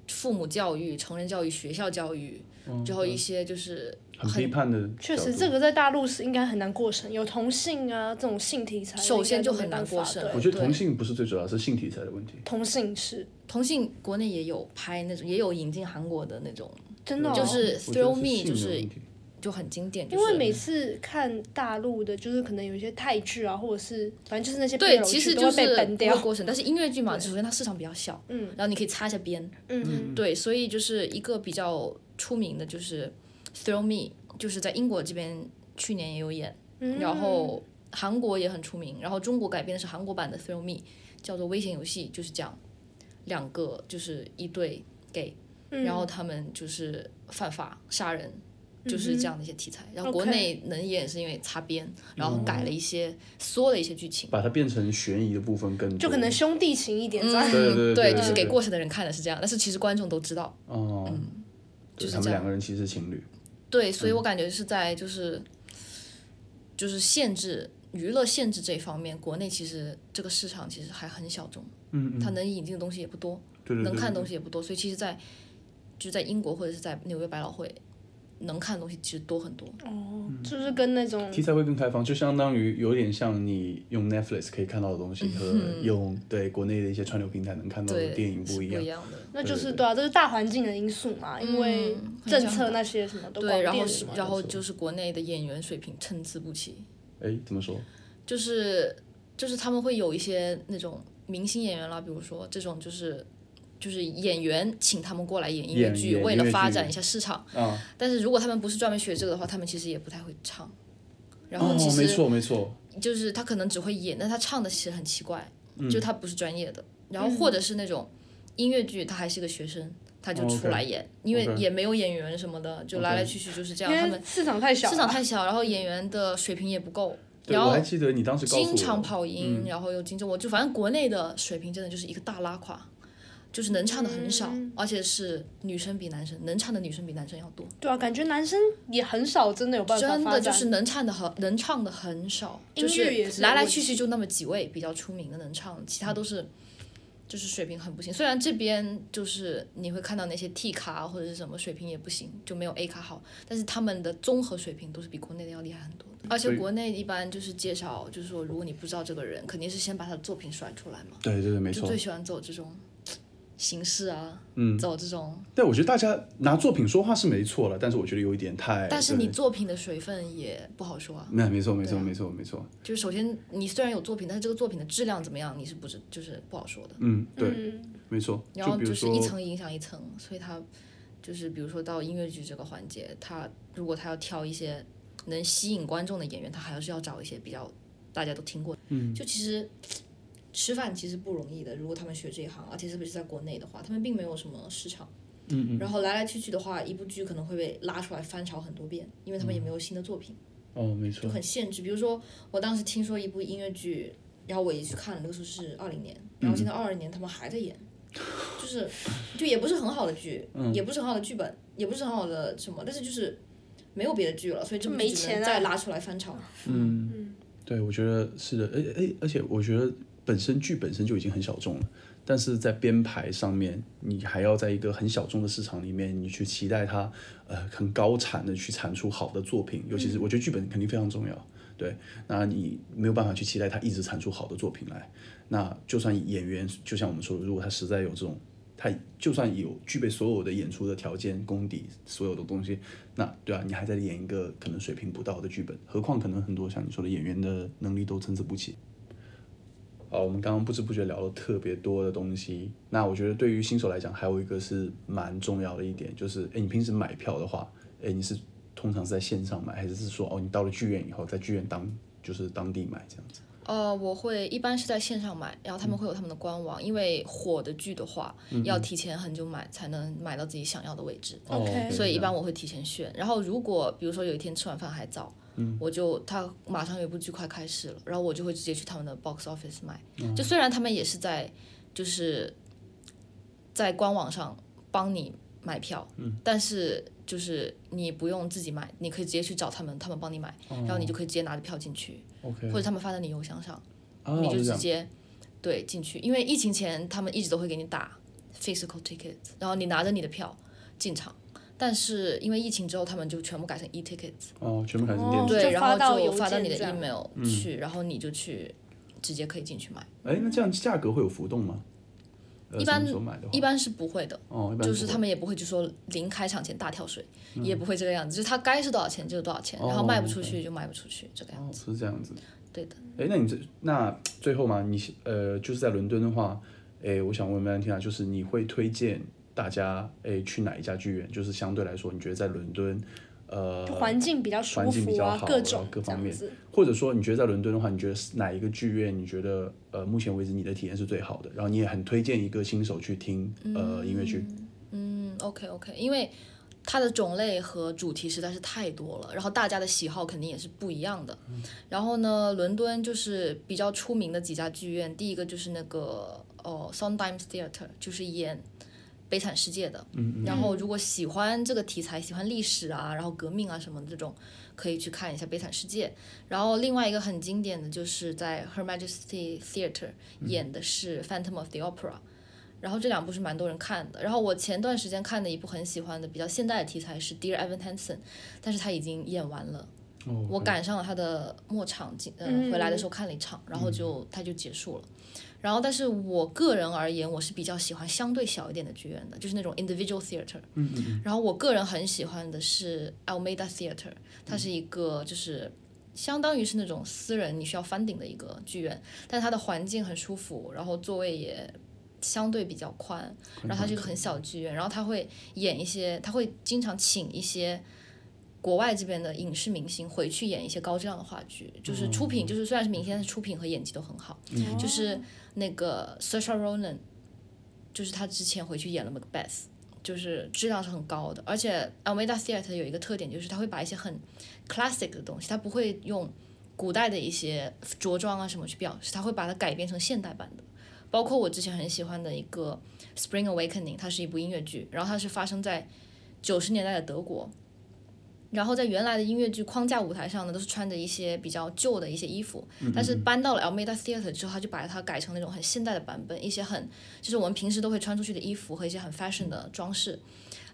Speaker 3: 父母教育、成人教育、学校教育，
Speaker 1: 嗯
Speaker 3: 之后一些就是
Speaker 1: 很批判的角度，
Speaker 2: 确实，这个在大陆是应该很难过审，有同性啊这种性题材的应该都没办法，
Speaker 3: 首先就很难过审
Speaker 1: 我
Speaker 2: 对，
Speaker 1: 觉得
Speaker 3: 对
Speaker 1: 同性不是最主要，是性题材的问题。
Speaker 2: 同性是
Speaker 3: 同性，国内也有拍那种，也有引进韩国的那种，
Speaker 2: 真的哦，
Speaker 3: 就是
Speaker 1: 我觉得
Speaker 3: Thrill Me
Speaker 1: 性
Speaker 3: 就
Speaker 1: 的
Speaker 3: 是
Speaker 1: 问题
Speaker 3: 就很经典，就
Speaker 2: 因为
Speaker 3: 是
Speaker 2: 每次看大陆的，就是可能有一些泰剧啊，或者是反正就是那些
Speaker 3: 对，
Speaker 2: BL
Speaker 3: 其
Speaker 2: 剧
Speaker 3: 实
Speaker 2: 都
Speaker 3: 就
Speaker 2: 会被
Speaker 3: 是
Speaker 2: 崩
Speaker 3: 不会
Speaker 2: 掉。
Speaker 3: 过审，但是音乐剧
Speaker 2: [LAUGHS]
Speaker 3: 嘛，首先它市场比较小，
Speaker 2: 嗯，
Speaker 3: 然后你可以擦一下边，
Speaker 2: 嗯
Speaker 3: 对，所以就是一个比较出名的，就是《Thrill Me》，就是在英国这边去年也有演，
Speaker 2: 嗯，
Speaker 3: 然后韩国也很出名，然后中国改编的是韩国版的《Thrill Me》，叫做《危险游戏》，就是讲两个就是一对 gay，、
Speaker 2: 嗯
Speaker 3: 然后他们就是犯法杀人。就是
Speaker 2: 嗯
Speaker 3: 这样的一些题材，然后国
Speaker 2: OK
Speaker 3: 内能演是因为擦边，然
Speaker 1: 嗯
Speaker 3: 后改了一些缩了一些剧情，
Speaker 1: 把它变成悬疑的部分更多，
Speaker 2: 就可能兄弟情一
Speaker 3: 嗯
Speaker 2: 点，这样
Speaker 1: 对对对
Speaker 3: 就是
Speaker 1: 对
Speaker 3: 给过审的人看的是这样，但是其实观众都知道，
Speaker 1: 哦，
Speaker 3: 就
Speaker 1: 对
Speaker 3: 是
Speaker 1: 他
Speaker 3: 这
Speaker 1: 们
Speaker 3: 样
Speaker 1: 两个人其实是情侣，
Speaker 3: 对，所以
Speaker 1: 嗯
Speaker 3: 我感觉是在就是就是限制娱乐限制这一方面，国内其实这个市场其实还很小众，
Speaker 1: 嗯
Speaker 3: 它能引进的东西也不多，
Speaker 1: 对对对，
Speaker 3: 能看
Speaker 1: 对
Speaker 3: 的东西也不多，所以其实在，就在英国或者是在纽约百老汇，能看的东西其实多很多。
Speaker 2: 哦，
Speaker 1: 嗯
Speaker 2: 就是跟那种
Speaker 1: 题材会更开放，就相当于有点像你用 Netflix 可以看到的东西和用对国内的一些串流平台能看到的
Speaker 3: 嗯对，
Speaker 1: 电影
Speaker 3: 是
Speaker 1: 不一样。
Speaker 3: 的。
Speaker 2: 那就是
Speaker 1: 对对
Speaker 2: 对啊，这是大环境的因素嘛，因为
Speaker 3: 嗯很
Speaker 2: 政
Speaker 3: 像
Speaker 2: 策那些什么都
Speaker 3: 对，
Speaker 2: 广
Speaker 3: 然后
Speaker 2: 电什么的
Speaker 3: 然后就是国内的演员水平参差不齐，
Speaker 1: 哎，怎么说？
Speaker 3: 就是就是他们会有一些那种明星演员啦，比如说这种就是就是演员请他们过来演音乐
Speaker 1: 演
Speaker 3: 剧，
Speaker 1: 演
Speaker 3: 为
Speaker 1: 音
Speaker 3: 了
Speaker 1: 乐
Speaker 3: 发
Speaker 1: 剧
Speaker 3: 展一下市场。
Speaker 1: 啊，
Speaker 3: 但是如果他们不是专门学这个的话，他们其实也不太会唱。然后
Speaker 1: 哦
Speaker 3: 其，
Speaker 1: 没
Speaker 3: 实
Speaker 1: 错没错，
Speaker 3: 就是他可能只会演，但他唱的其实很奇怪，
Speaker 1: 嗯
Speaker 3: 就他不是专业
Speaker 2: 嗯
Speaker 3: 的。然后或者是那种音乐剧，他还是个学生，他就
Speaker 1: 哦
Speaker 3: 出
Speaker 1: ，OK
Speaker 3: 来演，因为
Speaker 1: OK
Speaker 3: 也没有演员什么的，就来来
Speaker 1: OK
Speaker 3: 去去就是这
Speaker 2: 因
Speaker 3: 样。他们
Speaker 2: 为市场太小了，
Speaker 3: 市场太小，然后演员的水平也不够，
Speaker 1: 对
Speaker 3: 然后
Speaker 1: 我还记得你当时告诉我，嗯
Speaker 3: 经常跑音，然后又经常我就反正国内的水平真的就是一个大拉垮，就是能唱的很少，而且是女生比男生能唱的女生比男生要多，
Speaker 2: 对啊，感觉男生也很少真的有办法
Speaker 3: 真
Speaker 2: 发
Speaker 3: 的
Speaker 2: 展
Speaker 3: 就是能唱的很能唱的很少，
Speaker 2: 音
Speaker 3: 就
Speaker 2: 域也是有
Speaker 3: 来来
Speaker 2: 问
Speaker 3: 去去
Speaker 2: 题
Speaker 3: 就那么几位比较出名的能唱，其他都是就是水平很不行。虽然这边就是你会看到那些 T 咖或者是什么水平也不行，就没有 A 咖好，但是他们的综合水平都是比国内的要厉害很多的。而且
Speaker 1: 所以
Speaker 3: 国内一般就是介绍，就是说如果你不知道这个人，肯定是先把他的作品甩出来嘛，
Speaker 1: 对对对，没
Speaker 3: 就
Speaker 1: 错
Speaker 3: 最。喜欢走这种形式啊，
Speaker 1: 嗯
Speaker 3: 走这种
Speaker 1: 但我觉得大家拿作品说话是没错了，但是我觉得有一点太……
Speaker 3: 但是你
Speaker 1: 哎对
Speaker 3: 作品的水分也不好说啊。
Speaker 1: 没没错没错
Speaker 3: 对啊
Speaker 1: 没错没错，
Speaker 3: 就是首先，你虽然有作品，但是这个作品的质量怎么样，你是不知就是不好说的。
Speaker 1: 嗯对
Speaker 2: 嗯，
Speaker 1: 没错。
Speaker 3: 然后
Speaker 1: 比如
Speaker 3: 就是
Speaker 1: 说
Speaker 3: 一层影响一层，所以他就是比如说到音乐剧这个环节，他如果他要挑一些能吸引观众的演员，他还是要找一些比较大家都听过的。
Speaker 1: 嗯
Speaker 3: 就其实吃饭其实不容易的，如果他们学这一行，而且特别是在国内的话，他们并没有什么市场。
Speaker 1: 嗯嗯
Speaker 3: 然后来来去去的话，一部剧可能会被拉出来翻炒很多遍，因为他
Speaker 1: 嗯
Speaker 3: 们也没有新的作品。
Speaker 1: 哦没
Speaker 3: 就
Speaker 1: 错
Speaker 3: 很限制。比如说，我当时听说一部音乐剧，然后我也去看了，那个时候是二零年，然后现在
Speaker 1: 嗯
Speaker 3: 二二年他们还在演，就是就也不是很好的剧，
Speaker 1: 嗯
Speaker 3: 也不是很好的剧本，也不是很好的什么，但是就是没啊有别的剧了，所以这部
Speaker 2: 就没
Speaker 3: 剧只
Speaker 2: 钱
Speaker 3: 能
Speaker 2: 了
Speaker 3: 再拉出来翻炒。
Speaker 1: 嗯对，我觉得是的，而而而且我觉得本身剧本身就已经很小众了，但是在编排上面，你还要在一个很小众的市场里面，你去期待它呃很高产的去产出好的作品，尤其是我觉得剧本肯定非常重要。对，那你没有办法去期待它一直产出好的作品来。那就算演员，就像我们说，如果他实在有这种，他就算有具备所有的演出的条件、功底，所有的东西，那对啊，你还在演一个可能水平不到的剧本，何况可能很多像你说的演员的能力都参差不齐。好，我们刚刚不知不觉聊了特别多的东西。那我觉得对于新手来讲，还有一个是蛮重要的一点，就是哎，你平时买票的话，哎，你是通常是在线上买，还是是说哦，你到了剧院以后，在剧院当就是当地买这样子？
Speaker 3: 呃，我会一般是在线上买，然后他
Speaker 1: 嗯
Speaker 3: 们会有他们的官网，因为火的剧的话，要提前很久买才能买到自己想要的位置。
Speaker 2: OK
Speaker 1: 对
Speaker 3: 所以一
Speaker 1: 这样
Speaker 3: 般我会提前选。然后如果比如说有一天吃完饭还早，
Speaker 1: 嗯
Speaker 3: 我就他马上有一部剧快开始了，然后我就会直接去他们的 box office 买。
Speaker 1: 嗯
Speaker 3: 就虽然他们也是在就是在官网上帮你买票，
Speaker 1: 嗯
Speaker 3: 但是就是你不用自己买，你可以直接去找他们，他们帮你买，
Speaker 1: 哦
Speaker 3: 然后你就可以直接拿着票进去，
Speaker 1: OK，
Speaker 3: 或者他们发在你邮箱上，
Speaker 1: 啊，
Speaker 3: 你就
Speaker 1: 这
Speaker 3: 是直
Speaker 1: 样
Speaker 3: 接对进去。因为疫情前他们一直都会给你打 physical ticket，然后你拿着你的票进场。但是因为疫情之后，他们就全部改成 e tickets，
Speaker 1: 哦，全部改成
Speaker 2: 哦
Speaker 1: 电子。
Speaker 2: 就
Speaker 3: 对，然
Speaker 2: 发
Speaker 3: 后
Speaker 2: 到
Speaker 3: 就
Speaker 2: 邮
Speaker 3: 发到
Speaker 2: 件
Speaker 3: 你的
Speaker 2: 这样
Speaker 3: email 去，然后你就去直接可以进去买。
Speaker 1: 哎，那这样价格会有浮动吗？呃
Speaker 3: 一般
Speaker 1: 什么时候买的话
Speaker 3: 一般是不会的，
Speaker 1: 哦，一般
Speaker 3: 就是
Speaker 1: 不
Speaker 3: 他们也不会就说临开场前大跳水，也不会这个样子，就是它该是多少钱就是多少钱，然后卖不
Speaker 1: 哦
Speaker 3: 出
Speaker 1: ，OK
Speaker 3: 去就卖不出去，这个样
Speaker 1: 哦
Speaker 3: 子。
Speaker 1: 是这样子。
Speaker 3: 对的，
Speaker 1: 哎，那你这那最后嘛，你呃就是在伦敦的话，哎，我想问问安婷啊，就是你会推荐大家哎去哪一家剧院？就是相对来说，你觉得在伦敦，呃，
Speaker 2: 就环境比较舒
Speaker 1: 环境比
Speaker 2: 服
Speaker 1: 较
Speaker 2: 啊
Speaker 1: 好，
Speaker 2: 各
Speaker 1: 然后
Speaker 2: 种
Speaker 1: 各
Speaker 2: 这
Speaker 1: 方
Speaker 2: 样
Speaker 1: 面
Speaker 2: 子。
Speaker 1: 或者说你觉得在伦敦的话，你觉得是哪一个剧院？你觉得呃目前为止你的体验是最好的？然后你也很推荐一个新手去听呃音乐剧。
Speaker 3: 嗯，OK OK，因为它的种类和主题实在是太多了，然后大家的喜好肯定也是不一样的。然后呢，伦敦就是比较出名的几家剧院，第一个就是那个哦 Sondheim Theatre，就是演。悲惨世界的，然后如果喜欢这个题材，喜欢历史啊，然后革命啊什么的这种，可以去看一下《悲惨世界》。然后另外一个很经典的就是在 Her Majesty Theatre 演的是《Phantom of the Opera》，然后这两部是蛮多人看的。然后我前段时间看的一部很喜欢的比较现代的题材是《Dear Evan Hansen》，但是他已经演完了。
Speaker 1: 哦
Speaker 3: 我
Speaker 1: ，OK
Speaker 3: 赶上了他的末场，进呃，
Speaker 2: 嗯
Speaker 3: 回来的时候看了一场，然
Speaker 1: 嗯
Speaker 3: 后就他就结束了。然后，但是我个人而言，我是比较喜欢相对小一点的剧院的，就是那种 individual theater。
Speaker 1: 嗯嗯嗯，
Speaker 3: 然后我个人很喜欢的是 Almeida Theater，它是一个就是相当于是那种私人你需要翻顶的一个剧院，但是它的环境很舒服，然后座位也相对比较宽，然后它是一个很小的剧院，然后它会演一些，它会经常请一些。国外这边的影视明星回去演一些高质量的话剧，就是出品，就是虽然是明星，但是出品和演技都很好。
Speaker 1: 嗯
Speaker 2: 哦
Speaker 3: 就是那个 s e r s h a Ronan，就是他之前回去演了 Macbeth，就是质量是很高的。而且 Almeida Theatre 有一个特点，就是他会把一些很 classic 的东西，他不会用古代的一些着装啊什么去表示，他会把它改编成现代版的。包括我之前很喜欢的一个《Spring Awakening》，它是一部音乐剧，然后它是发生在九十年代的德国。然后在原来的音乐剧框架舞台上呢，都是穿着一些比较旧的一些衣服，
Speaker 1: 嗯
Speaker 3: 但是搬到了 Almeida Theater 之后，他就把它改成那种很现代的版本，一些很就是我们平时都会穿出去的衣服和一些很 fashion
Speaker 1: 嗯
Speaker 3: 的装饰，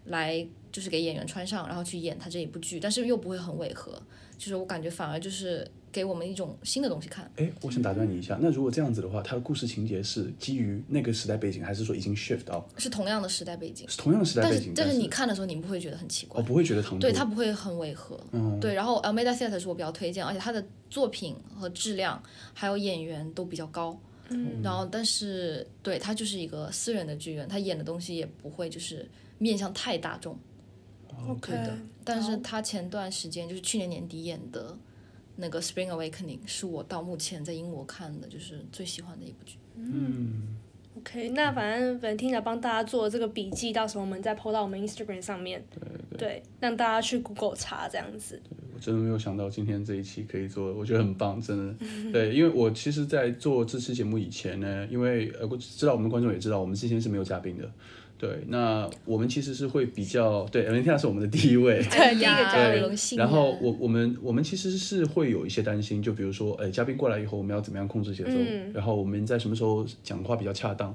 Speaker 3: 来就是给演员穿上，然后去演他这一部剧，但是又不会很违和，就是我感觉反而就是给我们一种新的东西看。
Speaker 1: 哎，我想打断你一下，那如果这样子的话，它的故事情节是基于那个时代背景，还是说已经 shift 到
Speaker 3: 是同样的时代背景，
Speaker 1: 是同样的哦时代
Speaker 3: 但
Speaker 1: 背
Speaker 3: 是
Speaker 1: 景？
Speaker 3: 但
Speaker 1: 但哦
Speaker 3: 是你看的时候，你不会觉得很奇怪
Speaker 1: 我。不会觉得唐突，
Speaker 3: 对，它不会很违和。
Speaker 1: 嗯
Speaker 3: 对，然后 Almeida Theater 是我比较推荐，而且它的作品和质量还有演员都比较高。嗯，然后但是对它就是一个私人的剧院，它演的东西也不会就是面向太大众。
Speaker 1: 哦
Speaker 2: 哦 OK，
Speaker 3: 对的但是
Speaker 2: 好
Speaker 3: 他前段时间就是去年年底演的那个《Spring Awakening》，是我到目前在英国看的就是最喜欢的一部剧。
Speaker 2: OK，那反正 Valentina 帮大家做了这个笔记，到时候我们再 PO 到我们 Instagram 上面，对让大家去 Google 查这样
Speaker 3: [LAUGHS]
Speaker 2: 子。
Speaker 1: 我真的没有想到今天这一期可以做，我觉得很棒，真的。
Speaker 3: [LAUGHS]
Speaker 1: 对，因为我其实，在做这期节目以前呢，因为呃，我知道我们的观众也知道，我们之前是没有嘉宾的。对，那我们其实是会比较对 a l e n t i a 是我们的第一位，
Speaker 2: 对第一个嘉
Speaker 3: 嘉
Speaker 2: 宾
Speaker 3: 宾，荣幸耶。
Speaker 1: 然后我我们我们其实是会有一些担心，就比如说，哎，嘉宾过来以后，我们要怎么样控制节奏？
Speaker 2: 嗯
Speaker 1: 然后我们在什么时候讲话比较恰当？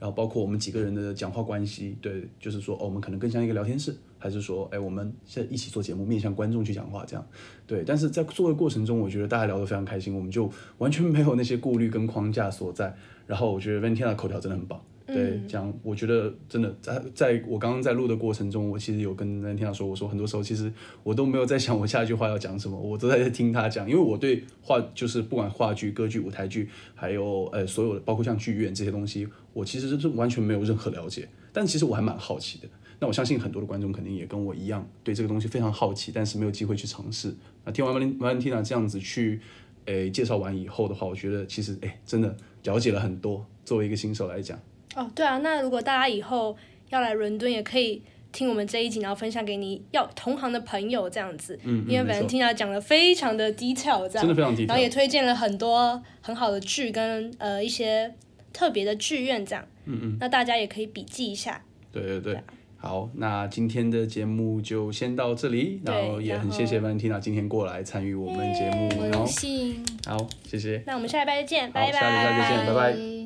Speaker 1: 然后包括我们几个人的讲话关系，对，就是说，哦，我们可能更像一个聊天室，还是说，哎，我们现在一起做节目，面向观众去讲话这样，对。但是在做的过程中，我觉得大家聊得非常开心，我们就完全没有那些顾虑跟框架所在。然后我觉得 v a n t i n a 口条真的很棒。对，讲我觉得真的在在我刚刚在录的过程中，我其实有跟 v a n t i n a 说，我说很多时候其实我都没有在想我下一句话要讲什么，我都在听他讲，因为我对话就是不管话剧、歌剧、舞台剧，还有呃所有的包括像剧院这些东西，我其实是完全没有任何了解，但其实我还蛮好奇的。那我相信很多的观众肯定也跟我一样，对这个东西非常好奇，但是没有机会去尝试。那听完 Valen- Valentina 这样子去，诶、介绍完以后的话，我觉得其实诶、真的了解了很多。作为一个新手来讲，
Speaker 2: 哦，对啊，那如果大家以后要来伦敦，也可以听我们这一集，然后分享给你要同行的朋友这样子。
Speaker 1: 嗯，嗯
Speaker 2: 因为
Speaker 1: 没错
Speaker 2: Valentina 讲的非常的 detail，这样
Speaker 1: 真的非常低调
Speaker 2: 然后。也推荐了很多很好的剧跟呃一些特别的剧院这样。嗯嗯。那大家也可以笔记一下。
Speaker 1: 对对对。好，那今天的节目就先到这里，
Speaker 2: 对
Speaker 1: 然后也很
Speaker 2: 嗯
Speaker 1: 谢谢 Valentina 今天过来参与我们节目，然
Speaker 3: 荣
Speaker 1: 后
Speaker 3: 幸。
Speaker 1: 好，谢谢，
Speaker 2: 那我们下礼拜再见，
Speaker 1: 好，
Speaker 2: 拜拜。
Speaker 1: 下礼拜再见，拜拜。
Speaker 3: 拜